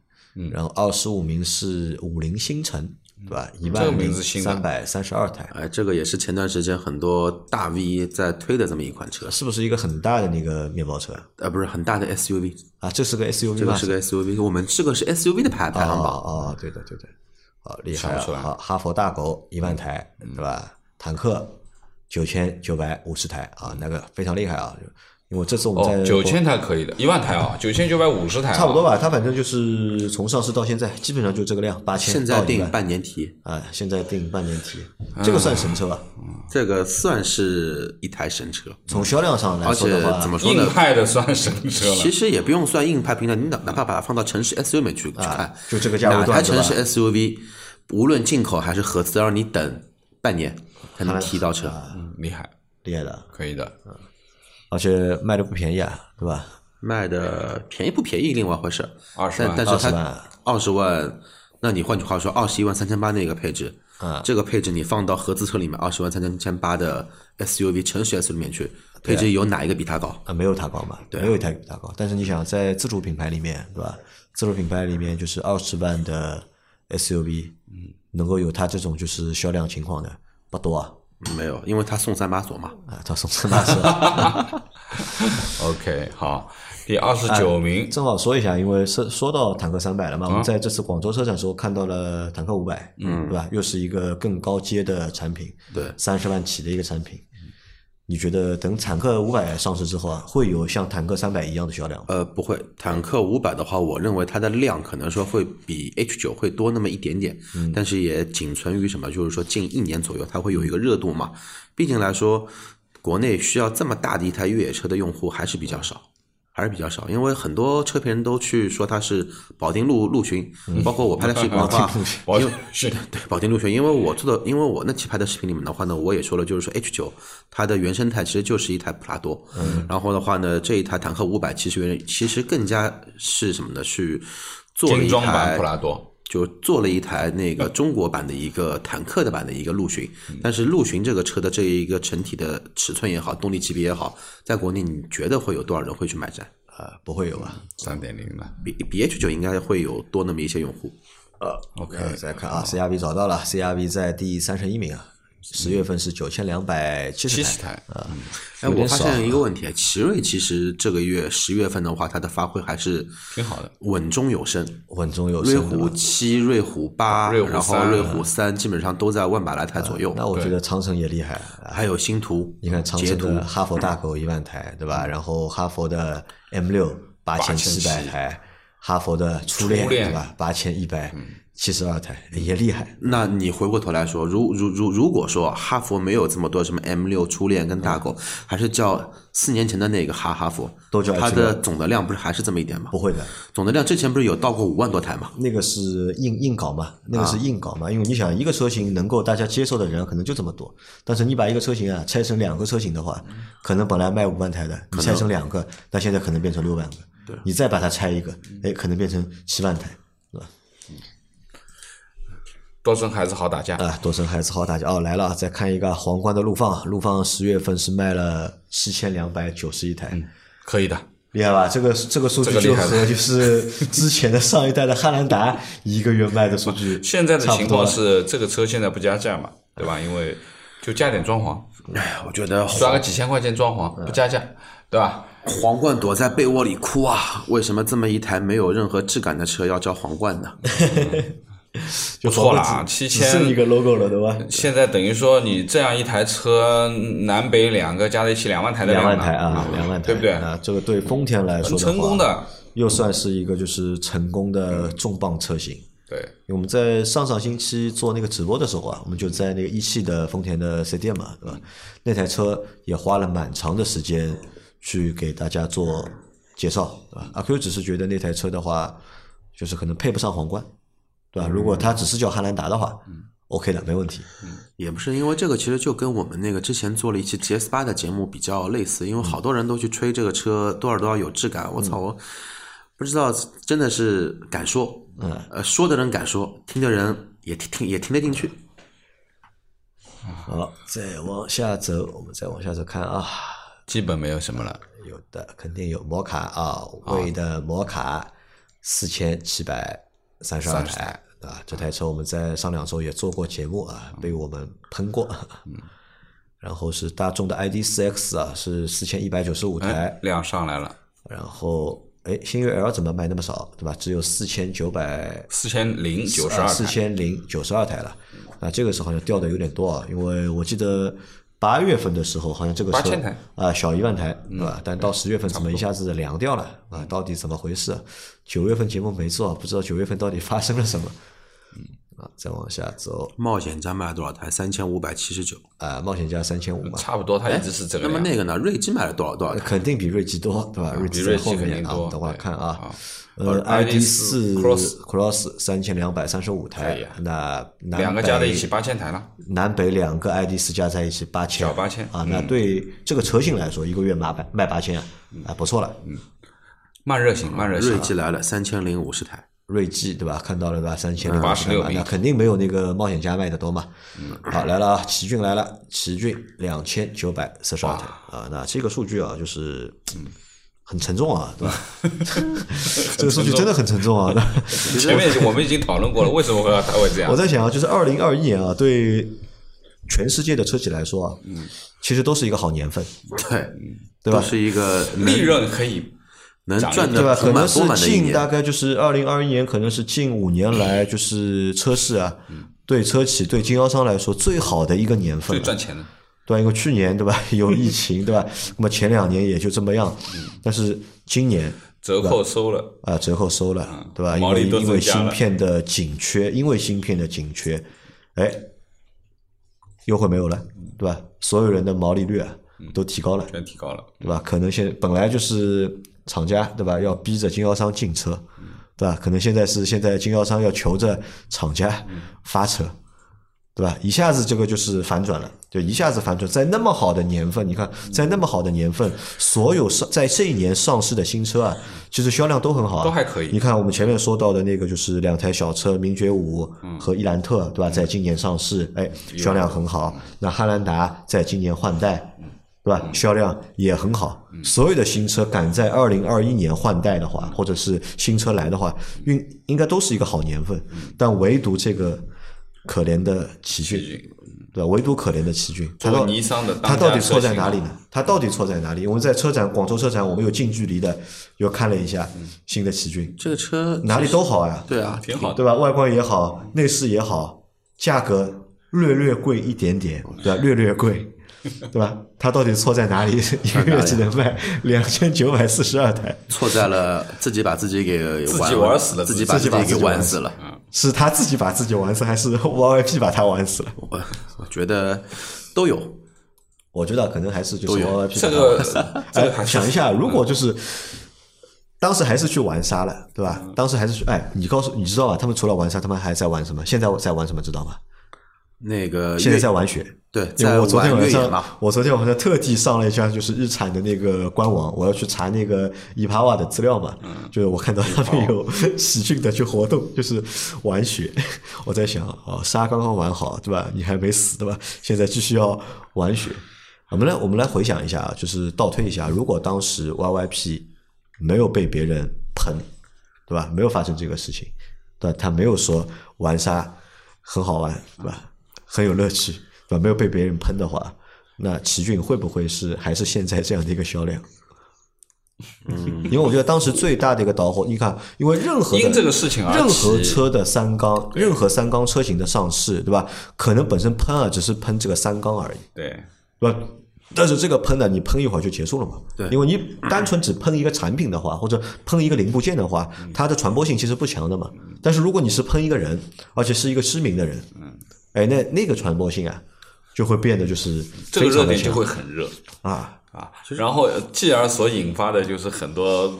B: 然后二十五名是五菱星辰，对吧？
D: 嗯
B: 一
C: 这个
B: 万
C: 名
B: 零
C: 字新的
B: 三百三十二台，
D: 哎，这个也是前段时间很多大 V 在推的这么一款车，
B: 呃是不是一个很大的那个面包车
D: 呃，不是很大的 SUV，
B: 啊？这是个 SUV 吗？
D: 这个是个 SUV，我们这个是 SUV 的排排行榜，
B: 哦哦，对的对的，好厉害
C: 想不出来
B: 啊！好，哈佛大狗一万台，
D: 嗯
B: 对吧？坦克九千九百五十台
D: 嗯
B: 啊，那个非常厉害啊！就因为这次我们
C: 哦，
B: 在
C: 九
B: 国
C: 千台可以的，一万台啊，九千九百五十台啊，
B: 差不多吧，它反正就是从上市到现在，基本上就这个量，八千。
D: 现在
B: 一
D: 定
B: 万。
D: 半年提，
B: 啊，现在定半年提，
D: 嗯
B: 这个算神车吧？
D: 这个算是一台神车，
B: 从销量上来
D: 而
B: 说啊
D: 且
B: 的话，
D: 怎么说
C: 硬
D: 呢？
C: 派的算神车了
D: 其。实也不用算硬派平台，你哪哪怕把它放到城市 SUV 里面去去看，
B: 就这个价位
D: 哪
B: 段
D: 台
B: 对吧
D: 城市 SUV，无论进口还是合资，让你等半年才能提到车，
C: 嗯厉害，
B: 厉害的？
C: 可以的。
B: 而且卖的不便宜啊，对吧？
D: 卖的便宜不便宜另外回事儿，
C: 20
D: 但
C: 万
D: 但是
B: 20
D: 它
B: 万
D: 二十万，那你换句话说，二十一万三千八那个配置。这个配置你放到合资车里面，二十万三千八的 SUV 城市 SUV 里面去，配置有哪一个比它高？
B: 啊，没有它高嘛，没有一台比它高。但是你想，在自主品牌里面，对吧？自主品牌里面就是二十万的 SUV，嗯，能够有它这种就是销量情况的不多啊。
D: 没有，因为它送三把锁嘛。
B: 啊，它送三八车，
C: OK，好，第二十九名，
B: 正好说一下，因为是说到坦克三百了嘛，我们在这次广州车展时候看到了坦克五百，嗯，对吧？又是一个更高阶的产品，
D: 对
B: 三十万起的一个产品。你觉得等坦克五百上市之后啊，会有像坦克三百一样的销量吗？
D: 呃，不会，坦克五百的话，我认为它的量可能说会比 H 九会多那么一点点，但是也仅存于什么，就是说近一年左右，它会有一个热度嘛。毕竟来说，国内需要这么大的一台越野车的用户还是比较少，还是比较少，因为很多车评人都去说它是保定陆陆巡，包括我拍的视频的话，
B: 哎
C: 我是
D: 对，保定陆巡，因为我做的，因为我那期拍的视频里面的话呢，我也说了，就是说 H 九它的原生态其实就是一台普拉多，嗯，然后的话呢，这一台坦克五百其实原其实更加是什么呢？去做了
C: 精
D: 一
C: 装版
D: 台
C: 普拉多，
D: 就做了一台那个中国版的一个坦克的版的一个陆巡，
C: 嗯
D: 但是陆巡这个车的这一个整体的尺寸也好，动力级别也好，在国内你觉得会有多少人会去买单？
B: 呃，不会有吧？
C: 三点零的。
D: 比比 H 九应该会有多那么一些用户。
C: 嗯
B: 哎呃，OK，再看啊，CRV 找到了，CRV 在第三十一名啊，十月份是九千两百七
C: 七
B: 十
C: 十
B: 台，
C: 台，
D: 哎，
B: 有
D: 我
B: 点
D: 发
B: 少
D: 现一个问题，奇瑞其实这个月十月份的话，它的发挥还是
C: 挺好的，
D: 稳中有升。
B: 稳中有
D: 瑞
B: 升，对啊吧
D: 虎七、瑞虎八，
C: 瑞虎
D: 然后
C: 三
D: 瑞虎三，基本上都在万把来台左右。
B: 啊那我觉
C: 对
B: 得长城也厉害，啊
D: 还有星途，
B: 你看长
D: 截
B: 城
D: 图
B: 的哈佛大狗一万台，对吧？然后哈佛的 M 六嗯八千七百台，哈佛的初恋嗯
C: 初恋
B: 对吧？八千一百七十二台也厉害，
D: 那你回过头来说，如如如如果说哈佛没有这么多什么 M 六初恋跟大狗，还是叫四年前的那个哈哈佛，
B: 嗯都叫
D: 它
B: H 六
D: 的总的量不是还是这么一点吗
B: 不？会的，
D: 总的量之前不是有到过五万多台吗？
B: 那个是硬硬搞嘛，那个是硬搞嘛，因为你想一个车型能够大家接受的人可能就这么多，但是你把一个车型啊拆成两个车型的话，可能本来卖五万台的，你拆成两个，那现在可能变成六万个，你再把它拆一个，哎，可能变成七万台，对吧？
C: 多生孩子好打架，
B: 啊，多生孩子好大家哦，来了，再看一个皇冠的陆放，陆放十月份是卖了七千两百九十一台，
C: 可以的，
B: 厉害吧？这个这个数据
C: 嗯这个
B: 就
C: 厉害了
B: 和就是 [LAUGHS] 之前的上一代的汉兰达一个月卖的数据
C: [LAUGHS] 现在的
B: 差不
C: 情
B: 多
C: 况
B: 了
C: 是这个车现在不加价嘛，对吧？因为就加点装潢，
D: 哎，我觉得
C: 刷
D: 皇
C: 个几千块钱装潢，不加价，对吧？
D: 皇冠躲在被窝里哭啊！为什么这么一台没有任何质感的车要叫皇冠呢？ [LAUGHS]
B: 就
C: 不错了
B: 皇冠
C: 啊嗯
B: 只
C: 7000
B: 只剩一个 logo 了，对吧？
C: 现在等于说你这样一台车，南北两个加在一起两万台的
B: 两万
C: 量了
B: 台啊，两万台，
C: 对不对？
B: 啊，这个对丰田来说
C: 很成功
B: 的
C: 的
B: 话，又算是一个就是成功的重磅车型。
C: 对，
B: 因为我们在上上星期做那个直播的时候啊，我们就在那个一汽的丰田的四 S 店嘛，对吧？那台车也花了蛮长的时间去给大家做介绍，对吧？阿 Q 只是觉得那台车的话，就是可能配不上皇冠，对吧？如果它只是叫汉兰达的话，OK 的，没问题。
D: 也不是因为这个，其实就跟我们那个之前做了一期 GS 八的节目比较类似，因为好多人都去吹这个车多少多少有质感，我操，
C: 嗯
D: 我不知道真的是敢说，嗯，呃，说的人敢说，听的人也听听也听得进去。
B: 好，再往下走，我们再往下走看啊，
C: 基本没有什么了。
B: 有的肯定有摩卡啊，魏的摩卡四千七百三十二
C: 32
B: 台啊，这台车我们在上两周也做过节目啊，被我们喷过。 [LAUGHS] 然后是大众的 ID 四 X 啊，是四千一百九十五
C: 哎
B: 台，，
C: 量上来了，
B: 然后哎，星越 L 怎么卖那么少，对吧？只有四千九百
C: 四千零九十二
B: 呃四
C: 台，
B: 千零九十二台了。啊，这个是好像掉的有点多啊，因为我记得八月份的时候好像这个车
C: 8000台嗯
B: 啊小一万台，对吧？但到十月份怎么一下子凉掉了啊？到底怎么回事啊？九月份节目没做，不知道九月份到底发生了什么。
C: 嗯
B: 啊，再往下走
D: 冒险家卖了多少台？三千五百七十九。
B: 啊，冒险家三千五嘛，哎呃
C: 差不多，它一直是这个
D: 那么
C: 量。
D: 那个呢？锐际卖了多少多少台？
B: 肯定比锐际多，对吧？锐
C: 嗯比
B: 际
C: 锐
B: 在
C: 际
B: 后
C: 肯
B: 面
C: 定
B: 啊
C: 多，，
B: 等会儿
C: 对
B: 看啊。
C: 好
B: 呃，ID 四
C: Cross
B: Cross 三千两百三十五
C: 可以
B: 台
C: 啊，
B: 那南
C: 两个加在
B: 北
C: 一起八千台了，
B: 南北两个 ID 四加在一起八千，
C: 小8000
B: 啊，那对这个车型来说，一个月卖八卖八千啊，啊不错了。
C: 慢热型，慢热
D: 锐
C: 型，啊
D: 际来了三千零五十台。
B: 锐际对吧？看到了吧？三千零
C: 86
B: 那肯定没有那个冒险家卖的多嘛。好，来了啊，奇骏来了，奇骏两千九百四十二台啊，那这个数据啊，就是很沉重啊，对吧？ [LAUGHS] 这个数据真的很沉重啊。对吧
C: 前面已经我们已经讨论过了，为什么会它会这样
B: 我？在想啊，就是二零二一年啊，对全世界的车企来说啊，其实都是一个好年份。
D: 对，
B: 对吧
D: 嗯都是一个能
C: 利润可以
D: 能赚
B: 对吧？
D: 的
B: 可能
D: 盆满
B: 是
D: 钵满的一
B: 近大
D: 年。
B: 概就是二零二一年，可能是近五年来就是车市啊，对车企、对经销商来说最好的一个年份
C: 嗯最
B: 了，
C: 赚钱的，
B: 对吧？因为去年对吧 [LAUGHS] 有疫情
C: [LAUGHS]
B: 对吧？那么前两年也就这么样，
C: 嗯
B: 但是今年
C: 折扣收了，
B: 啊折扣收了，对吧？因
C: 嗯毛利
B: 为
C: 都
B: 因为
C: 增加
B: 芯
C: 了
B: 片的紧缺，因为芯片的紧缺，哎，优惠没有了，
C: 嗯
B: 对吧？所有人的毛利率啊都提高了，
C: 全提高了。
B: 对吧？可能现本来就是厂家对吧，要逼着经销商进车，对吧？可能现在是现在经销商要求着厂家发车，对吧？一下子这个就是反转了，就一下子反转，在那么好的年份，你看在那么好的年份，所有上在这一年上市的新车啊，其实销量都很好、啊，
C: 都还可以
B: 你看我们前面说到的那个就是两台小车，名爵五和伊兰特，
C: 嗯
B: 对吧？在今年上市，哎，销量很好。那汉兰达在今年换代。
C: 嗯
B: 对吧？销量也很好，所有的新车赶在二零二一年换代的
C: 嗯
B: 话，
C: 嗯
B: 或者是新车来的话，应应该都是一个好年份。但唯独这个可怜的奇骏，对吧？唯独可怜的奇骏，它
C: 做
B: 到
C: 尼桑的
B: 它
C: 当
B: 到
C: 家
B: 底错
C: 车
B: 在
C: 型啊
B: 哪里呢？它到底错在哪里？我们在车展，广州车展，我们有近距离的又看了一下
C: 嗯
B: 新的奇骏，
D: 这个车
B: 哪里都好呀、
D: 对啊，
C: 挺好的。
B: 对吧？外观也好，内饰也好，价格略略贵一点点，对吧？略略贵，对吧？它到底错在哪里？一个月只能卖两千九百四十二台，
D: 错在了自己把自己给
C: 自己
D: 玩
C: 玩死了
D: 自己把
B: 自己把
D: 给
B: 自己玩
D: 玩
B: 死
D: 死了。
B: 是他自己把自己玩死，还是 YYP 把他玩死了？
D: 我我觉得都有，
B: 我觉得可能还是就
D: 都
B: 是
D: 有
B: YYP
C: 这
B: 把他玩
C: 个
B: 死。
C: 这个还
B: 哎，
C: 是
B: 想一下，如果就是。当时还是去玩沙了，对吧？当时还是去，哎，你告诉你知道吧？他们除了玩沙，他们还在玩什么？现在在玩什么？知道吗？
D: 那个
B: 现在
D: 越
B: 在玩雪。
D: 对，
B: 因
D: 在
B: 为我昨天
D: 玩
B: 晚
D: 越野
B: 上
D: 嘛，，
B: 我昨天晚上特地上了一下就是日产的那个官网，我要去查那个伊帕瓦的资料嘛，
D: 嗯
B: 就是我看到他们有喜讯的去活动，就是玩雪。 [LAUGHS] 我在想，哦，沙刚刚玩好，对吧？你还没死，对吧？现在继续要玩雪。我们来，我们来回想一下啊，就是倒推一下，如果当时 YYP 没有被别人喷，对吧？没有发生这个事情，对吧？他没有说玩沙很好玩，对吧？很有乐趣，对吧？没有被别人喷的话，那奇骏会不会是还是现在这样的一个销量？嗯，因为我觉得当时最大的一个导火，你看，因为任何的
C: [LAUGHS] 因这个事情而
B: 任何
C: 起
B: 车的三缸，任何三缸车型的上市，对吧？可能本身喷啊，只是喷这个三缸而已，
C: 对，
B: 对吧？但是这个喷呢，你喷一会儿就结束了嘛？
D: 对
B: 因为你单纯只喷一个产品的
C: 嗯
B: 话，或者喷一个零部件的话，它的传播性其实不强的嘛。但是如果你是喷一个人，而且是一个知名的人，
C: 嗯
B: 哎，那那个传播性啊，就会变得就是
C: 这个
B: 非常
C: 热
B: 的
C: 点就
B: 强
C: 会很热
B: 啊，
C: 啊，然后呃继而所引发的就是很多。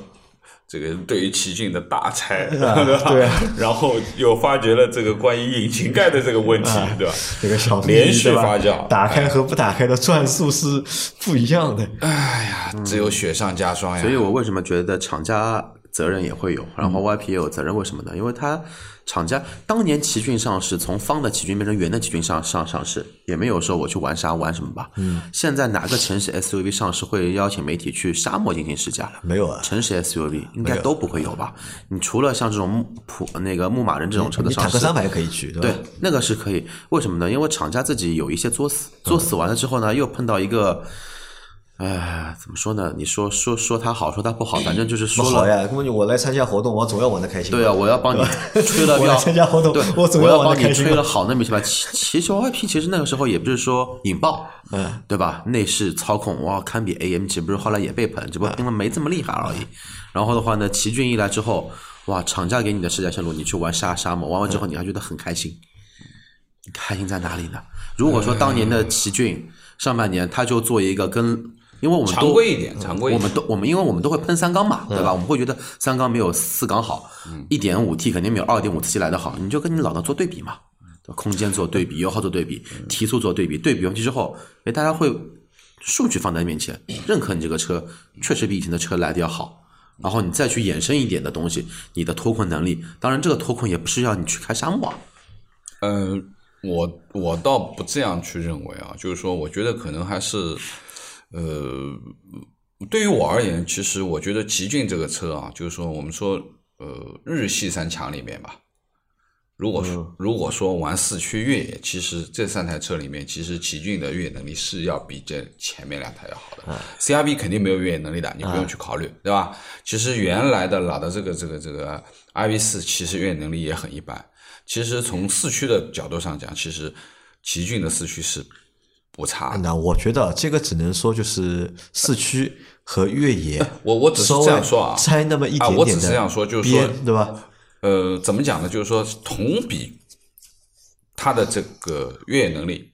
C: 这个对于奇骏的大拆，
B: 啊
C: [LAUGHS] 对吧？
B: 对啊
C: 然后又发掘了这个关于引擎盖的这个问题，
B: 啊
C: 对吧？
B: 这个小秘密
C: 连续
B: 对吧
C: 发酵
B: 打开和不打开的转速是不一样的。
C: 哎
B: 嗯
C: 只有雪上加
B: 哎
C: 霜呀。
D: 所以我为什么觉得厂家责任也会有，
B: 嗯
D: 然后 YP 也有责任？为什么呢？因为它厂家当年奇骏上市，从方的奇骏变成圆的奇骏上上上市，也没有说我去玩啥玩什么吧。嗯，现在哪个城市 SUV 上市会邀请媒体去沙漠进行试驾了？
B: 没有啊，
D: 城市 SUV 应该都不会有吧？你除了像这种牧普那个牧马人这种车的
B: 你
D: 上
B: 坦
D: 市
B: 克，三百也可以去，对吧？
D: 对，那个是可以。为什么呢？因为厂家自己有一些作死，
B: 嗯
D: 作死完了之后呢，又碰到一个，哎，怎么说呢？你说说说他好，说他不
B: [LAUGHS]
D: 好，反正就是
B: 不
D: 说
B: 好
D: 了。
B: 呀，根本就我来参加活动，我总要玩的开心。
D: 对啊，我要帮你吹了
B: 我
D: 要
B: 来参加活动
D: 对，
B: 我总
D: 我
B: 要
D: 要
B: 玩得
D: 帮你
B: 开心
D: 吹
B: 嘛
D: 了好那么些吧。其其实 YP 其实那个时候也不是说引爆，嗯，对吧？内饰操控哇，堪比 AMG，不是后来也被喷，只不
B: 嗯
D: 过因为没这么厉害而已。然后的话呢，奇骏一来之后，哇，厂家给你的试驾线路，你去玩沙沙漠，玩完之后
B: 嗯
D: 你还觉得很开心，你开心在哪里呢？如果说当
C: 嗯
D: 年的奇骏上半年他就做一个跟，因为我们
C: 常
D: 都嗯
C: 规一点，常规一
D: 我
C: 点嗯
D: 们。都我们因为我们都会喷三缸嘛，对吧？我们会觉得三缸没有四缸好，一点五 T 肯定没有二点五 T 来的好，你就跟你老的做对比嘛，
C: 嗯
D: 对吧空间做对比，油耗做对比，提速做对比，对比完去之后，哎，大家会数据放在面前，认可你这个车确实比以前的车来的要好。然后你再去衍生一点的东西，你的脱困能力，当然这个脱困也不是要你去开沙漠啊，
C: 嗯，我我倒不这样去认为啊，就是说，我觉得可能还是，呃，对于我而言，其实我觉得奇骏这个车啊，就是说，我们说，呃，日系三强里面吧，如果说、
B: 嗯
C: 如果说玩四驱越野，其实这三台车里面，其实奇骏的越野能力是要比这前面两台要好
B: 嗯
C: 的。CRV 肯定没有越野能力的，你不用去考虑，对吧？其实原来的老的这个这个这个 RV 四，其实越野能力也很一般。其实从四驱的角度上讲，其实奇骏的四驱是不差的。
B: 啊那我觉得这个只能说就是市区和越野，
C: 我呃我只是这样说啊，
B: 稍微拆那么一点点
C: 啊，
B: 的
C: 我只是这样说，就是说
B: 边，对吧？
C: 呃，怎么讲呢？就是说，同比它的这个越野能力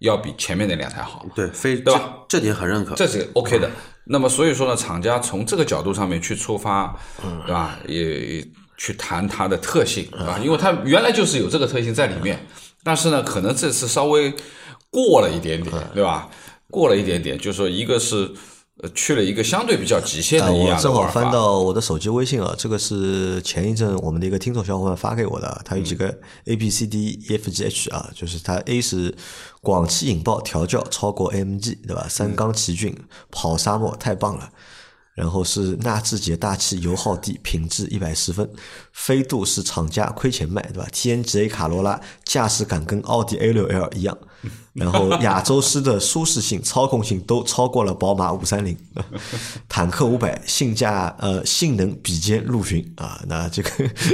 C: 要比前面那两台好，
D: 对，非
C: 对吧
D: 这？这点很认可，
C: 这是 OK 的。那么所以说呢，厂家从这个角度上面去出发，
B: 嗯
C: 对吧？也也去谈它的特性，对
B: 嗯
C: 吧？因为它原来就是有这个特性在里面，但是呢，可能这次稍微过了一点点，
B: 嗯
C: 对吧？过了一点点，就是说一个是呃去了一个相对比较极限
B: 啊，
C: 的一
B: 我
C: 样的
B: 正好
C: 玩法
B: 翻到我的手机微信啊，这个是前一阵我们的一个听众小伙伴发给我的，他
C: 嗯
B: 有几个 A B C D E F G H 啊，就是它 A 是广汽
C: 嗯
B: 引爆调教超过 AMG 对吧？三缸奇骏跑沙漠太棒了。然后是纳智捷大气油耗低，品质一百十分。飞度是厂家亏钱卖，对吧？TNGA 卡罗拉驾驶感跟奥迪 A6L 一样，然后亚洲狮的舒适性、操控性都超过了宝马五三零，坦克五百性价呃性能比肩陆巡啊。 [LAUGHS] 那这个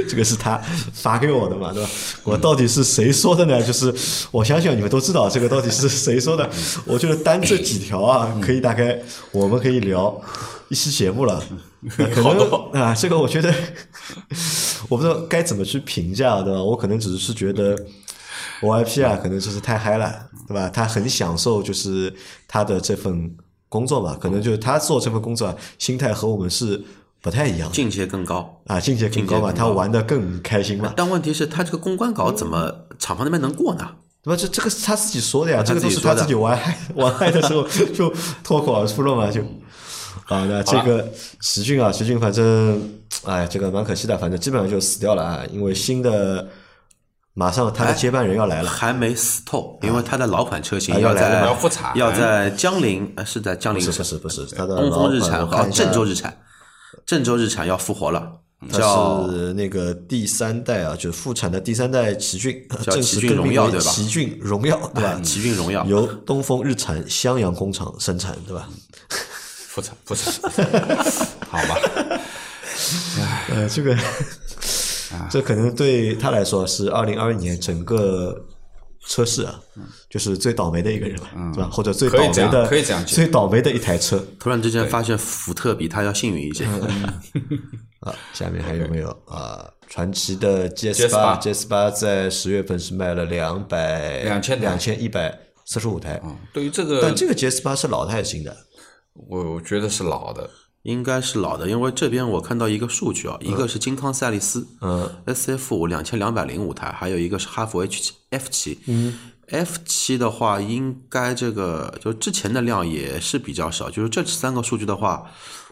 B: 这个是他发给我的嘛，对吧？我到底是谁说的呢？就是我想想你们都知道这个到底是谁说的。我觉得单这几条啊，可以大概我们可以聊。一期节目了，那可能啊，这个我觉得我不知道该怎么去评价，对吧？我可能只是觉得 YP 啊，可能就是太嗨了，对吧？他很享受就是他的这份工作吧，可能就是他做这份工作啊，心态和我们是不太一样的
D: 境界更高。
B: 啊，境界更高嘛，
D: 境界更
B: 他玩的更开心嘛，
D: 但问题是，他这个公关稿怎么厂房那边能过呢？
B: 对吧？这这个是他自己说的呀，
D: 啊他
B: 这个都是
D: 自己说
B: 他
D: 的
B: 自己玩嗨玩嗨的时候就脱口而出了嘛，就。啊，那这个石俊啊，石俊反正，哎，这个蛮可惜的，反正基本上就死掉了啊，因为新的马上他的接班人要来了，
D: 还没死透，因为他的老款车型
B: 啊要来
D: 在
B: 了
C: 要复产
D: 要在江陵，呃是在江陵
B: 不是不是不是，他的
D: 哎东
B: 老
D: 风日
B: 板
D: 产
B: 我
D: 和
B: 看
D: 哦
B: 一下啊
D: 郑州日产，郑州日产要复活了，
B: 它
D: 叫
B: 是那个第三代啊，就是复产的第三代奇骏，
D: 叫
B: 正
D: 奇
B: 式
D: 骏
B: 更名
D: 荣耀
B: 为
D: 对吧嗯
B: 奇骏荣耀对吧？
D: 奇骏荣耀。
B: 由东风日产襄阳工厂生产对吧？
C: 复产复产， [LAUGHS] 好吧，
B: 呃，这个，[LAUGHS]
D: 啊
B: 这可能对他来说是二零二一年整个车市啊，
D: 嗯
B: 就是最倒霉的一个人吧，是吧？或者最
C: 可
B: 倒
C: 以
B: 霉
C: 这样
B: 的，
C: 可以这样讲
B: 最倒霉的一台车
D: 突然之间发现福特比他要幸运一些，
B: 嗯啊。下面还有没有啊？传奇的 GS 八
C: GS8
B: ，GS 八在十月份是卖了两百
C: 2000台
B: 两千一百四十五台，
D: 嗯
C: 对于这个，
B: 但这个 GS 八是老的还是新的？
C: 我我觉得是老的，
D: [LAUGHS] 应该是老的，因为这边我看到一个数据啊，一
B: 嗯
D: 个是金康赛力斯，嗯，SF 五两千两百零五台，还有一个是哈弗 H 七 F 七，嗯，F 七的话，应该这个就之前的量也是比较少，就是这三个数据的话，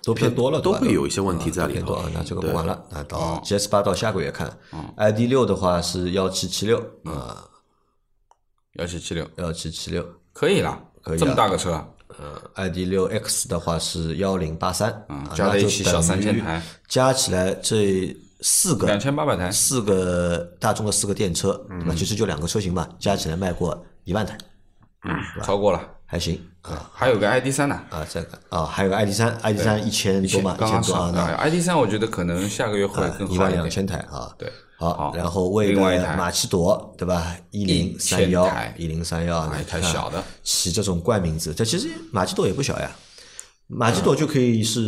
B: 都偏多了，
D: 都
B: 对吧
D: 会有一些问题在里
B: 偏
D: 头
B: 多啊，。那这个
D: 对嗯
B: 不管了，那到 GS 八到下个月看，ID 六的话是幺七七六
D: 嗯
B: 啊，
C: 幺七七六
B: 幺七七六。
C: 可以啦，
B: 可以啊
C: 这么大个车啊，
B: ID 六 X 的话是幺零八三，
C: 嗯
B: 啊
C: 加在一起小3000台，
B: 那就等于加起来这四个
C: 两千嗯八百台，
B: 四个大众的四个电车，对吧？其实就两个车型嘛，加起来卖过一万台，
C: 超过了，
B: 还行啊
C: 还有个 ID 三呢。
B: 啊，再看啊，还有个 ID 三，ID 三一千多嘛，一
C: 刚
B: 千
C: 刚
B: 多啊，
C: 上哎
B: 那
C: ID 三，我觉得可能下个月会更
B: 一
C: 好
B: 万
C: 一
B: 两
C: 点。
B: 千台啊，
C: 对，
B: 好，
C: 好
B: 然后为
C: 另外一
B: 了
C: 台
B: 马奇朵，对吧？一零三幺
C: 1000台，
B: 一零三幺，啊
C: 买一台
B: 你看
C: 小的，
B: 起这种怪名字，这其实马奇朵也不小呀。马奇朵就可以是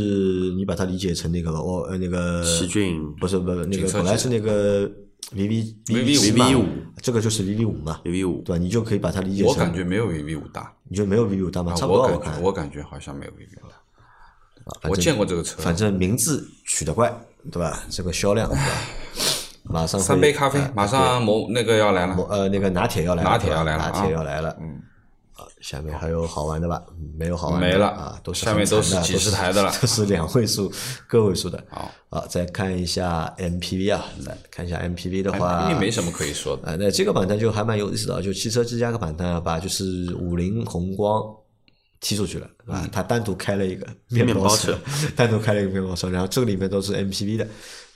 B: 你把它理解成那个哦，呃，那个
D: 奇骏
B: 不是不是那
C: 警
B: 个
C: 车
B: 本来是那个 VV
C: VV5
B: 嘛
D: 嘛
B: 这个就是 VV 五嘛，
D: AV 五
B: 对，吧？你就可以把它理解成，
C: 我感觉没有 VV 五大，
B: 你就没有 VV 五大嘛，
C: 啊
B: 差不多
C: 我
B: 啊
C: 感
B: 看
C: 觉我感觉好像没有 VV 五大，
B: 反
C: 我
B: 正
C: 见过这个车，
B: 反正名字取得怪，对吧？这个销量，对吧？马上会
C: 三杯咖啡
B: 啊，
C: 马上某那个要来了
B: 某，呃，那个拿铁要来了，
C: 拿铁要
B: 对吧
C: 来了
B: 拿
C: 啊
B: 铁要来了。嗯，下面还有好玩的吧？嗯没有好玩的
C: 没了
B: 啊，都是
C: 下面
B: 很
C: 都
B: 惨的
C: 是几十台的了
B: [LAUGHS]
C: 哦
B: 都是两位数、个位数的。
C: 好
B: 啊，再看一下 MPV 啊，来看一下 MPV 的话，
C: 哎因为没什么可以说的。
B: 啊，那这个版单就还蛮有意思的啊，就汽车之家的版单啊，把就是五菱宏光踢出去了
C: 嗯
B: 啊，他单独开了一个面
D: 面
B: 包
D: 包
B: 车，单独开了一个面包车，然后这个里面都是 MPV 的。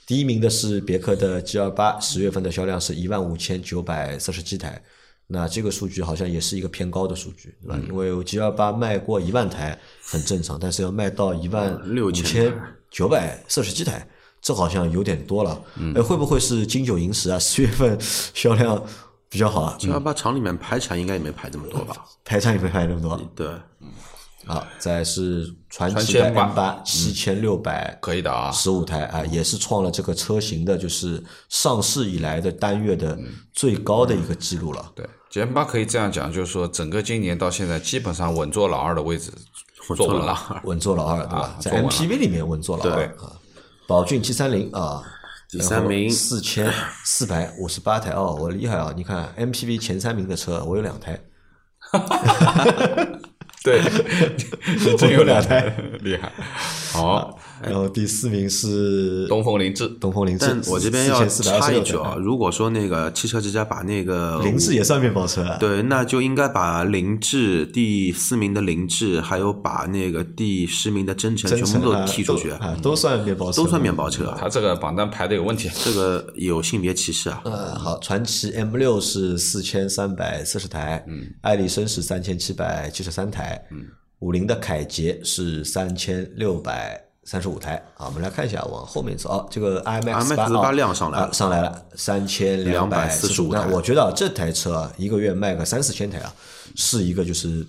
B: 第一名的是别克的 G 二八，十月份的销量是一万五千九百四十七台，那这个数据好像也是一个偏高的数据，对吧？因为 G 二八卖过一万台很正常，但是要卖到一万五千九百四十七台，这好像有点多了。哎，会不会是金九银十啊？ [LAUGHS] 十月份销量比较好啊，
D: 九幺八厂里面排产应该也没排这么多吧？
B: 排场也没排那么多
D: 对，
B: 啊。再是嗯传
C: 传
B: 祺
C: 祺
B: 的嗯 M
C: 8
B: 八七千六百
C: 可以的啊，
B: 十五台啊，也是创了这个车型的，就是上市以来的单月的最高的一个记录了。
C: 对，G M 八可以这样讲，就是说整个今年到现在，基本上稳坐老二的位置，坐稳了。
B: 稳坐老二对吧
C: 啊？
B: 在
C: 坐稳了
B: MPV 里面稳坐老二
C: 对
B: 啊。宝骏七三零啊，
D: 第三名
B: 四千四百五十八台哦，我厉害啊！你看 MPV 前三名的车，我有两台，
C: [LAUGHS] 对，你真有两台，厉害。好，
B: 然后第四名是
C: 东风凌志，
B: 东风凌志
D: 哎但，我这边要插一句啊，
B: 4426台
D: 如果说那个汽车之家把那个
B: 凌志也算面包车啊，
D: 对，那就应该把凌志第四名的凌志，还有把那个第十名的真诚
B: 真
D: 全
B: 诚
D: 部
B: 啊
D: 都踢出去，
B: 啊，都算面包车，
D: 都算面包车啊。
C: 他这个榜单排的有问题。
D: 这个有性别歧视啊！
B: 呃，好，传奇 M 六是四千三百四十台，嗯，艾力绅是三千七百七十三台，嗯，五菱的凯捷是三千六百三十五台。啊，我们来看一下，往后面走，哦，这个 IMX 八
D: IMX8 量上来了
B: 啊，上来了三千百十
D: 245
B: 那
D: 台
B: 我觉得啊，这台车啊，一个月卖个三四千台啊，是一个就是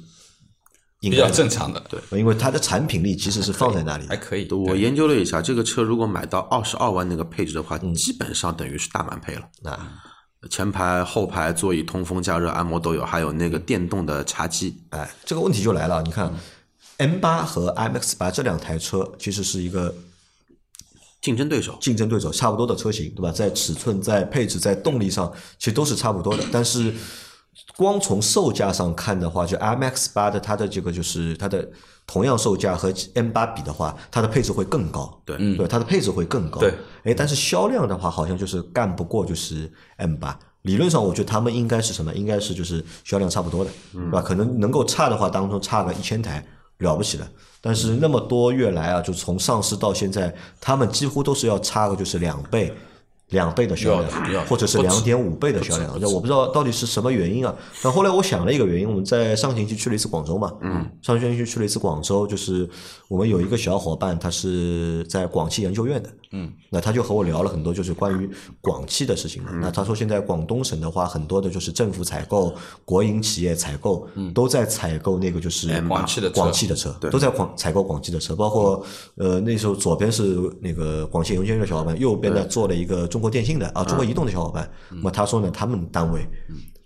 B: 应
C: 比
B: 该
C: 较
B: 的
C: 正常的，对，
B: 因为它的产品力其实是放在那里的
C: 还。可以。
D: 我研究了一下，这个车如果买到二十二万那个配置的话，基本上等于是大满配了。
B: 啊，
D: 前排、后排座椅通风、加热、按摩都有，还有那个电动的茶几。
B: 哎，这个问题就来了，你看。M 八和 IMX 八这两台车其实是一个
D: 竞争对手
B: 竞争对手差不多的车型，对吧？在尺寸、在配置、在动力上，其实都是差不多的。但是光从售价上看的话，就 IMX 八的它的这个就是它的同样售价和 M 八比的话，它的配置会更高，
D: 对
B: 对，它的配置会更高。
C: 嗯对，
B: 哎，但是销量的话，好像就是干不过就是 M 八。理论上，我觉得他们应该是什么？应该是就是销量差不多的，
C: 嗯
B: 对吧？可能能够差的话，当中差个一千台了不起了。但是那么多月来啊，就从上市到现在，他们几乎都是要差个就是两倍。两倍的销
C: 要要
B: 量，或者是
C: 不止
B: 两点五倍的销量，啊那我不知道到底是什么原因啊。那后来我想了一个原因，我们在上星期去了一次广州嘛，嗯，上星期去了一次广州，就是我们有一个小伙伴，他是在广汽研究院的，嗯，那他就和我聊了很多就是关于广汽的事情嘛。那他说现在广东省的话，很多的就是政府采购、国营企业采购，都在采购那个就是
C: 广汽的
B: 嗯
C: 车
B: 哎广汽的车，都在广采购广汽的车，包括呃那时候左边是那个广汽研究院的小伙伴，右边呢做了一个中国电信的啊中国移动的小伙伴。那么他说呢，他们单位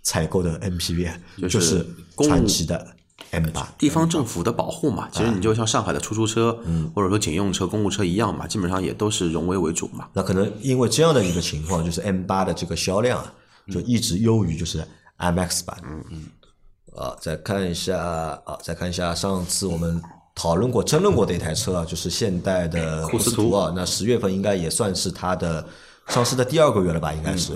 B: 采购的 MPV 啊就是
D: 公务
B: 传奇的 M 八。
D: 地方政府的保护嘛，其实你就像上海的出租车，或者说警用车、公务车一样嘛，基本上也都是荣威为主嘛。
B: 那可能因为这样的一个情况，就是 M 八的这个销量啊，就一直优于就是 MX 版。嗯嗯。啊，再看一下啊，再看一下上次我们讨论过、争论过的一台车啊，就是现代的库斯图啊。那十月份应该也算是它的上市的第二个月了吧？应该是。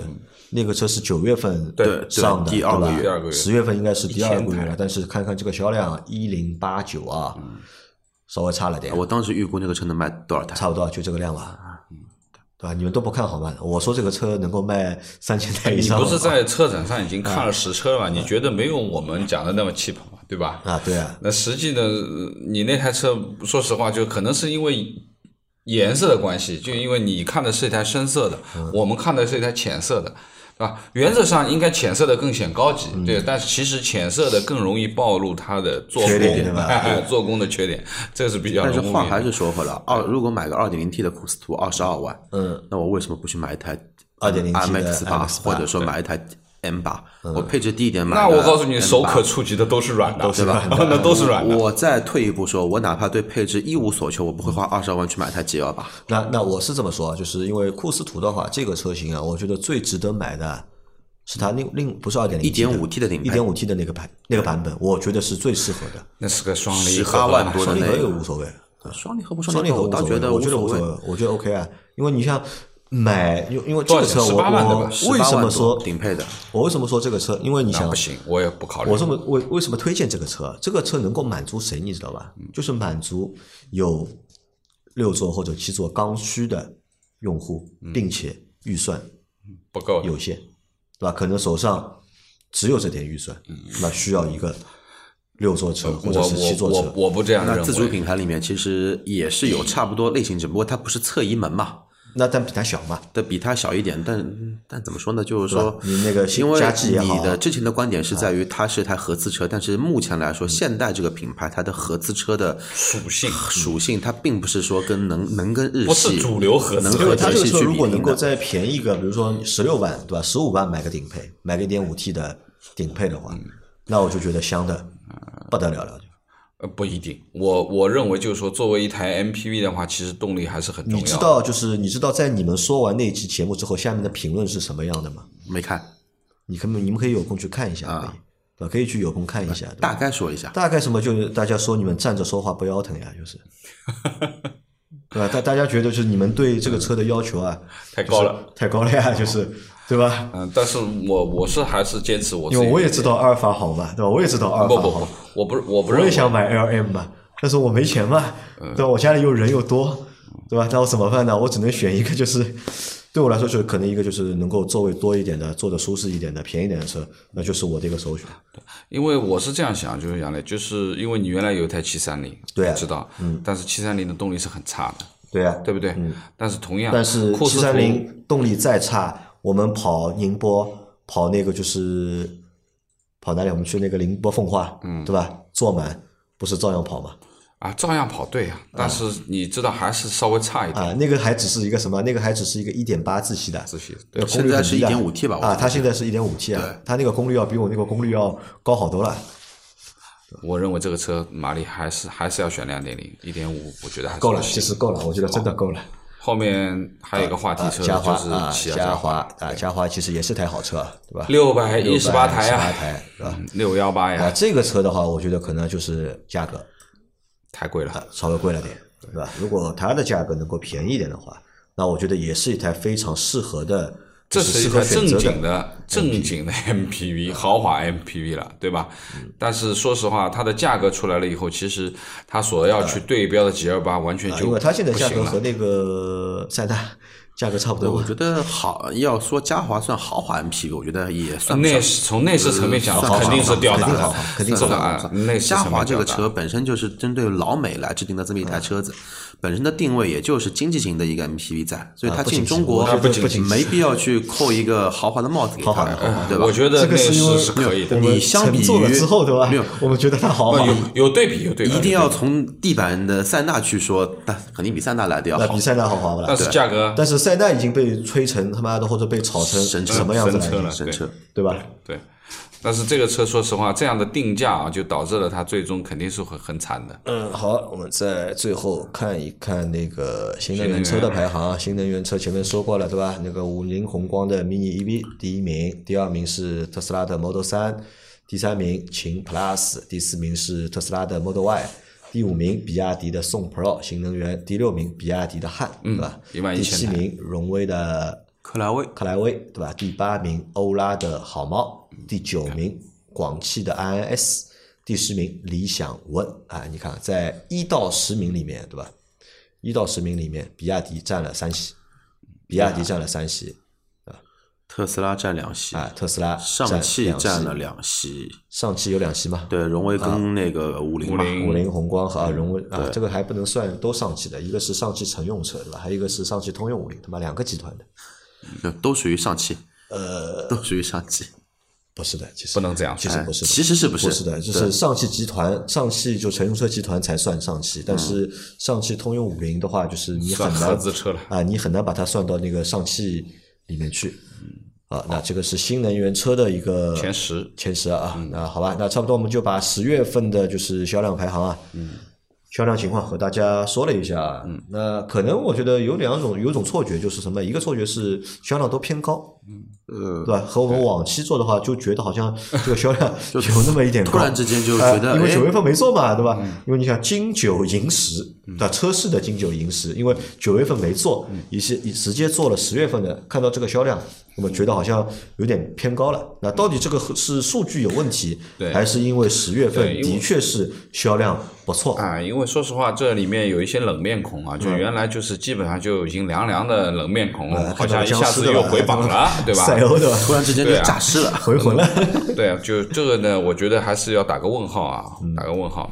B: 那个车是九月份
D: 对
B: 上的，
D: 对第二个月
C: 第二个月
B: 十月份应该是第二个
C: 1000
B: 月
C: 台
B: 了。但是看看这个销量，啊一零八九啊，稍微差了点。
D: 我当时预估那个车能卖多少台？
B: 哎差不多就这个量吧，对吧？你们都不看好吗？我说这个车能够卖三千台以
C: 哎你
B: 上了，
C: 不是在车展上已经看了实车了吗？你觉得没有我们讲的那么 cheap 嘛，对吧？
B: 啊？对啊，
C: 那实际呢，呃你那台车，说实话，就可能是因为颜色的关系，就因为你看的是一台深色的，
B: 嗯
C: 我们看的是一台浅色的，对吧？原则上应该浅色的更显高级，
B: 嗯
C: 对，但其实浅色的更容易暴露它的做
B: 缺
C: 工 [LAUGHS]
B: 点对吧
C: 哎做工的缺点，这是比较
D: 但
C: 容易
D: 是
C: 的。
D: 话还是说回来，二如果买个二点零 T 的库斯图二十二万，
B: 嗯，
D: 那我为什么不去买一台
B: 2.0T 的嗯
D: MX 八，
B: MX8
D: 或者说买一台 M 八？我配置低一点买。
C: 那我告诉你，手可。触及的都是软的，
B: 都是软的
C: [LAUGHS]
B: 哦
C: 那都是软的。
D: 我再退一步说，我哪怕对配置一无所求，我不会花二十万去买台 G 幺八。
B: 那那我是这么说啊，就是因为库斯图的话，这个车型啊，我觉得最值得买的是它另另不是二点零
D: 1.5T 的顶
B: 嗯一
D: 配
B: 点五 T 的那个版那个版本，我觉得是最适合的，
C: 那是个双离
D: 18
C: 合
D: 万多
B: 双离
D: 的那
B: 合也
D: 个
B: 无所谓。
D: 双离合不
B: 双
D: 双
B: 离合
D: 我
B: 无
D: 倒
B: 所谓，
D: 觉得
B: 我觉得
D: 所
B: 无所
D: 谓。
B: 谓，我觉得 OK 啊，因为你像买，因为因为这
C: 多少
B: 个
C: 钱
B: 车我
C: 18万对吧
B: 我为什么
D: 18万
B: 说
D: 多顶配的？
B: 我为什么说这个车？因为你
C: 那
B: 想
C: 不行，我也不考虑。
B: 我这么为为什么推荐这个车？啊这个车能够满足谁，你知道吧？就是满足有六座或者七座刚需的用户，
C: 嗯
B: 并且预算
C: 不够的，
B: 有限，对吧？可能手上只有这点预算，那需要一个六座车
C: 嗯呃我
B: 或者是七
C: 我
B: 座
C: 我
B: 车。
C: 我不这样认
D: 那
C: 为。
D: 自主品牌里面其实也是有差不多类型，只不过它不是侧翼门嘛，
B: 那但比它小嘛，
D: 的比它小一点。但但怎么说呢？就是
B: 是吧
D: 说
B: 你那个新
D: 因为
B: 加绩也好
D: 你的之前的观点是在于它是台合资车，但是目前来说，
B: 嗯
D: 现代这个品牌它的合资车的
C: 属性
D: 属性，它并不是说跟能能跟日系
C: 不是主流合资 [LAUGHS]
D: 能
B: 因
D: 和
B: 为它
D: 德
B: 这个
D: 系
B: 车
D: 去
B: 如
D: 比
B: 果能
D: 拼
B: 够
D: 的。
B: 再便宜个，比如说十六万，对吧？十五万买个顶配，买个一点五 T 的顶配的话，
C: 嗯
B: 那我就觉得香的不得了了。
C: 呃，不一定。我我认为就是说，作为一台 MPV 的话，其实动力还是很重
B: 你
C: 要的。
B: 知道，就是你知道，在你们说完那期节目之后，下面的评论是什么样的吗？
D: 没看，
B: 你可不你们可以有空去看一下，
C: 啊
B: 可以，对吧可以去有空看一下。对吧
D: 大概说一下。
C: [LAUGHS]
B: 大概什么就是大家说你们站着说话不腰疼呀，就是对吧？大大家觉得就是你们对这个车的要求啊，
C: 太高了，
B: 太高了呀，就是对吧？
C: 嗯，但是我我是还是坚持我自
B: 因
C: 己
B: 为
C: 的
B: 我也知道阿尔法好嘛，对吧？我也知道阿尔
C: 不
B: 法
C: 不
B: 好
C: 不，，我不是我不
B: 我
C: 认
B: 也
C: 为
B: 想买 L M 嘛，但是我没钱嘛，对吧？我家里又人又多，对吧？那我怎么办呢？我只能选一个，就是对我来说，就是可能一个就是能够座位多一点的，坐的舒适一点的，便宜点的车，那就是我的一个首选。
C: 因为我是这样想，就是杨磊，就是因为你原来有一台七三零，
B: 对啊
C: 知道，嗯，但是七三零的动力是很差的，
B: 对啊呀、
C: 对不对？但是同样，
B: 嗯但是
C: 库
B: 七
C: 斯图
B: 三零动力再差，我们跑宁波，跑那个就是跑哪里？我们去那个宁波奉化，嗯，对吧？坐满不是照样跑吗？
C: 啊，照样跑对呀、
B: 嗯
C: 但是你知道还是稍微差一点，
B: 啊，那个还只是一个什么？那个还只是一个一点八自吸的，
C: 自己
B: 对，
D: 现在是 1.5T 吧我
B: 啊，
D: 记得
B: 它现在是一点五 T 啊
D: 对，
B: 它那个功率要比我那个功率要高好多了。
C: 我认为这个车马力还是还是要选两点零，一点五，我觉得还是
B: 够了，
C: 不行
B: 其实够了，我觉得真的够了。
C: 后面还有一个话题
B: 啊，
C: 车
B: 嘉华
C: 就是
B: 啊，
C: 起亚
B: 嘉
C: 华，
B: 啊，嘉华其实也是台好车啊，对吧？
C: 六百一十八台
B: 八
C: 啊，
B: 台是吧？
C: 六幺八
B: 啊，
C: 呀，
B: 这个车的话，我觉得可能就是价格
C: 太贵了。
B: 稍微贵了点，对吧？如果它的价格能够便宜一点的话，那我觉得也是一台非常适合的，
C: 这
B: 就是
C: 是一
B: 适
C: 台
B: 合选
C: 正
B: 择嗯
C: 经的、正经的 MPV，豪华 MPV 了，对吧？
B: 嗯
C: 但是说实话，它的价格出来了以后，其实它所要去对标的 G 二八完全
B: 啊，
C: 就
B: 因为它现在
C: 不
B: 价
C: 行
B: 格和
C: 了。
B: 那个塞纳价格差不
D: 对，
B: 多
D: 我
B: 吧。
D: 觉得好，要说嘉华算豪华 MPV，我觉得也算不
C: 内
D: 上
B: 啊
C: 饰从内饰层面讲，
D: 算
C: 肯定是吊打
B: 肯定
C: 的
B: 嗯好，肯定
C: 是
B: 好
C: 的。
D: 啊
C: 啊，内饰
D: 嘉
C: 层
D: 华
C: 面
D: 这个
C: 吊打
D: 车本身就是针对老美来制定的这么一台车子，本身的定位也就是经济型的一个 MPV 在，所以它
B: 啊不仅
D: 进中
B: 是
D: 国
B: 我觉得不仅是
D: 没必要去扣一个豪华的嗯帽子给
B: 豪华
D: 它
B: 的豪华，
D: 对吧
C: 我？觉得
B: 这
C: 内
B: 个是因
C: 饰
B: 为
C: 是可以的。
B: 我
D: 你
B: 们
D: 相比
B: 乘坐了
D: 于
B: 之后，对吧？
D: 没有
B: 我们觉得它豪华
C: 啊，有有对比，有对比，
D: 一定
C: 有
D: 要
C: 对比。
D: 从地板的塞纳去说，但肯定比塞纳来的要
B: 那
D: 好
B: 比。塞纳豪华不啦
C: 但？是价格
B: 但是塞纳已经被吹成他妈的，或者被炒成
D: 神车
B: 什么样子
C: 神车了
B: 了？
D: 神
C: 对
D: 车，
B: 对吧？
C: 对，但是这个车说实话，这样的定价啊，就导致了它最终肯定是会很惨的。
B: 嗯，好，我们在最后看一看那个新能源车的排行。啊新能源车前面说过了，对吧？那个五菱宏光的 mini EV 第一名，第二名是特斯拉的 Model 三，第三名秦 Plus，第四名是特斯拉的 Model Y，第五名比亚迪的宋 Pro 新能源，第六名比亚迪的汉，对吧？
C: 11,000
B: 第七名荣威的
D: 克莱威
B: 克莱威，对吧？第八名欧拉的好猫，第九名广汽的 INS，第十名理想 ONE 啊，你看在一到十名里面，对吧？一到十名里面，比亚迪占了三席，比亚迪占了三席
D: 特斯拉占两席，
B: 啊，特斯拉
D: 上汽
B: 两席
D: 哎占了，两席，
B: 上汽有两席吗？，
D: 对，荣威跟那个五菱嘛
C: 五，菱
B: 五菱宏光和啊荣威啊，这个还不能算都上汽的，一个是上汽乘用车对吧？还有一个是上汽通用五菱，他妈两个集团的，
D: 就都属于上汽，呃，都属于上汽。
B: 不是的，其实
C: 不能这样
B: 其
C: 说
B: 实不是的，
D: 其实是不
B: 不
D: 是？
B: 是的，就是上汽集团，上汽就乘用车集团才算上汽，但是上汽通用五菱的话，就是你很
C: 算合
B: 难
C: 资车了。
B: 啊，你很难把它算到那个上汽里面去。啊，那这个是新能源车的一个
C: 前十
B: 前十啊。那好吧，那差不多我们就把十月份的就是销量排行啊，嗯，销量情况和大家说了一下。嗯，那可能我觉得有两种，有一种错觉就是什么？一个错觉是销量都偏高，
D: 呃，
B: 对吧？和我们往期做的话，就觉得好像这个销量有那么一点高，
D: 突然之间就觉得
B: 哎因为
D: 哎
B: 九月份没做嘛，对吧？因为你想金九银十，
D: 嗯
B: 对吧？车市的金九银十，因为九月份没做，一些一直接做了十月份的，看到这个销量，那么觉得好像有点偏高了。那到底这个是数据有问题，
C: 对
B: 还是因为十月份
C: 对因为
B: 的确是销量不错？
C: 啊，因为说实话，这里面有一些冷面孔啊，就原来就是基本上就已经凉凉的冷面孔，
B: 嗯呃
C: 好
B: 看到
C: 像
B: 了
C: 一
B: 僵
C: 下
B: 尸
C: 子
B: 对
C: 又
B: 吧
C: 回
B: [LAUGHS]
C: 榜了，对吧？
B: 赛欧对吧？
D: 突然之间就
C: 对啊
D: 诈尸了。
B: 回魂了，
C: 对啊，就这个呢，我觉得还是要打个问号啊，
B: 嗯
C: 打个问号，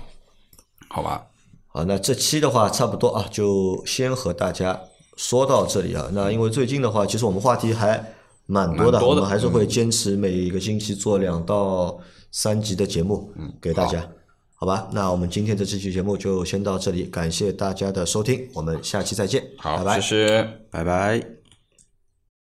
C: 好吧？
B: 好，那这期的话差不多啊，就先和大家说到这里啊。那因为最近的话，其实我们话题还蛮多的，
C: 蛮多
B: 我
C: 的
B: 们还是会坚持每一个星期做两到三集的节目，嗯，给大家，好吧？那我们今天这期节目就先到这里，感谢大家的收听，我们下期再见，
C: 好，
B: 拜拜
C: 谢。谢。
D: 拜拜。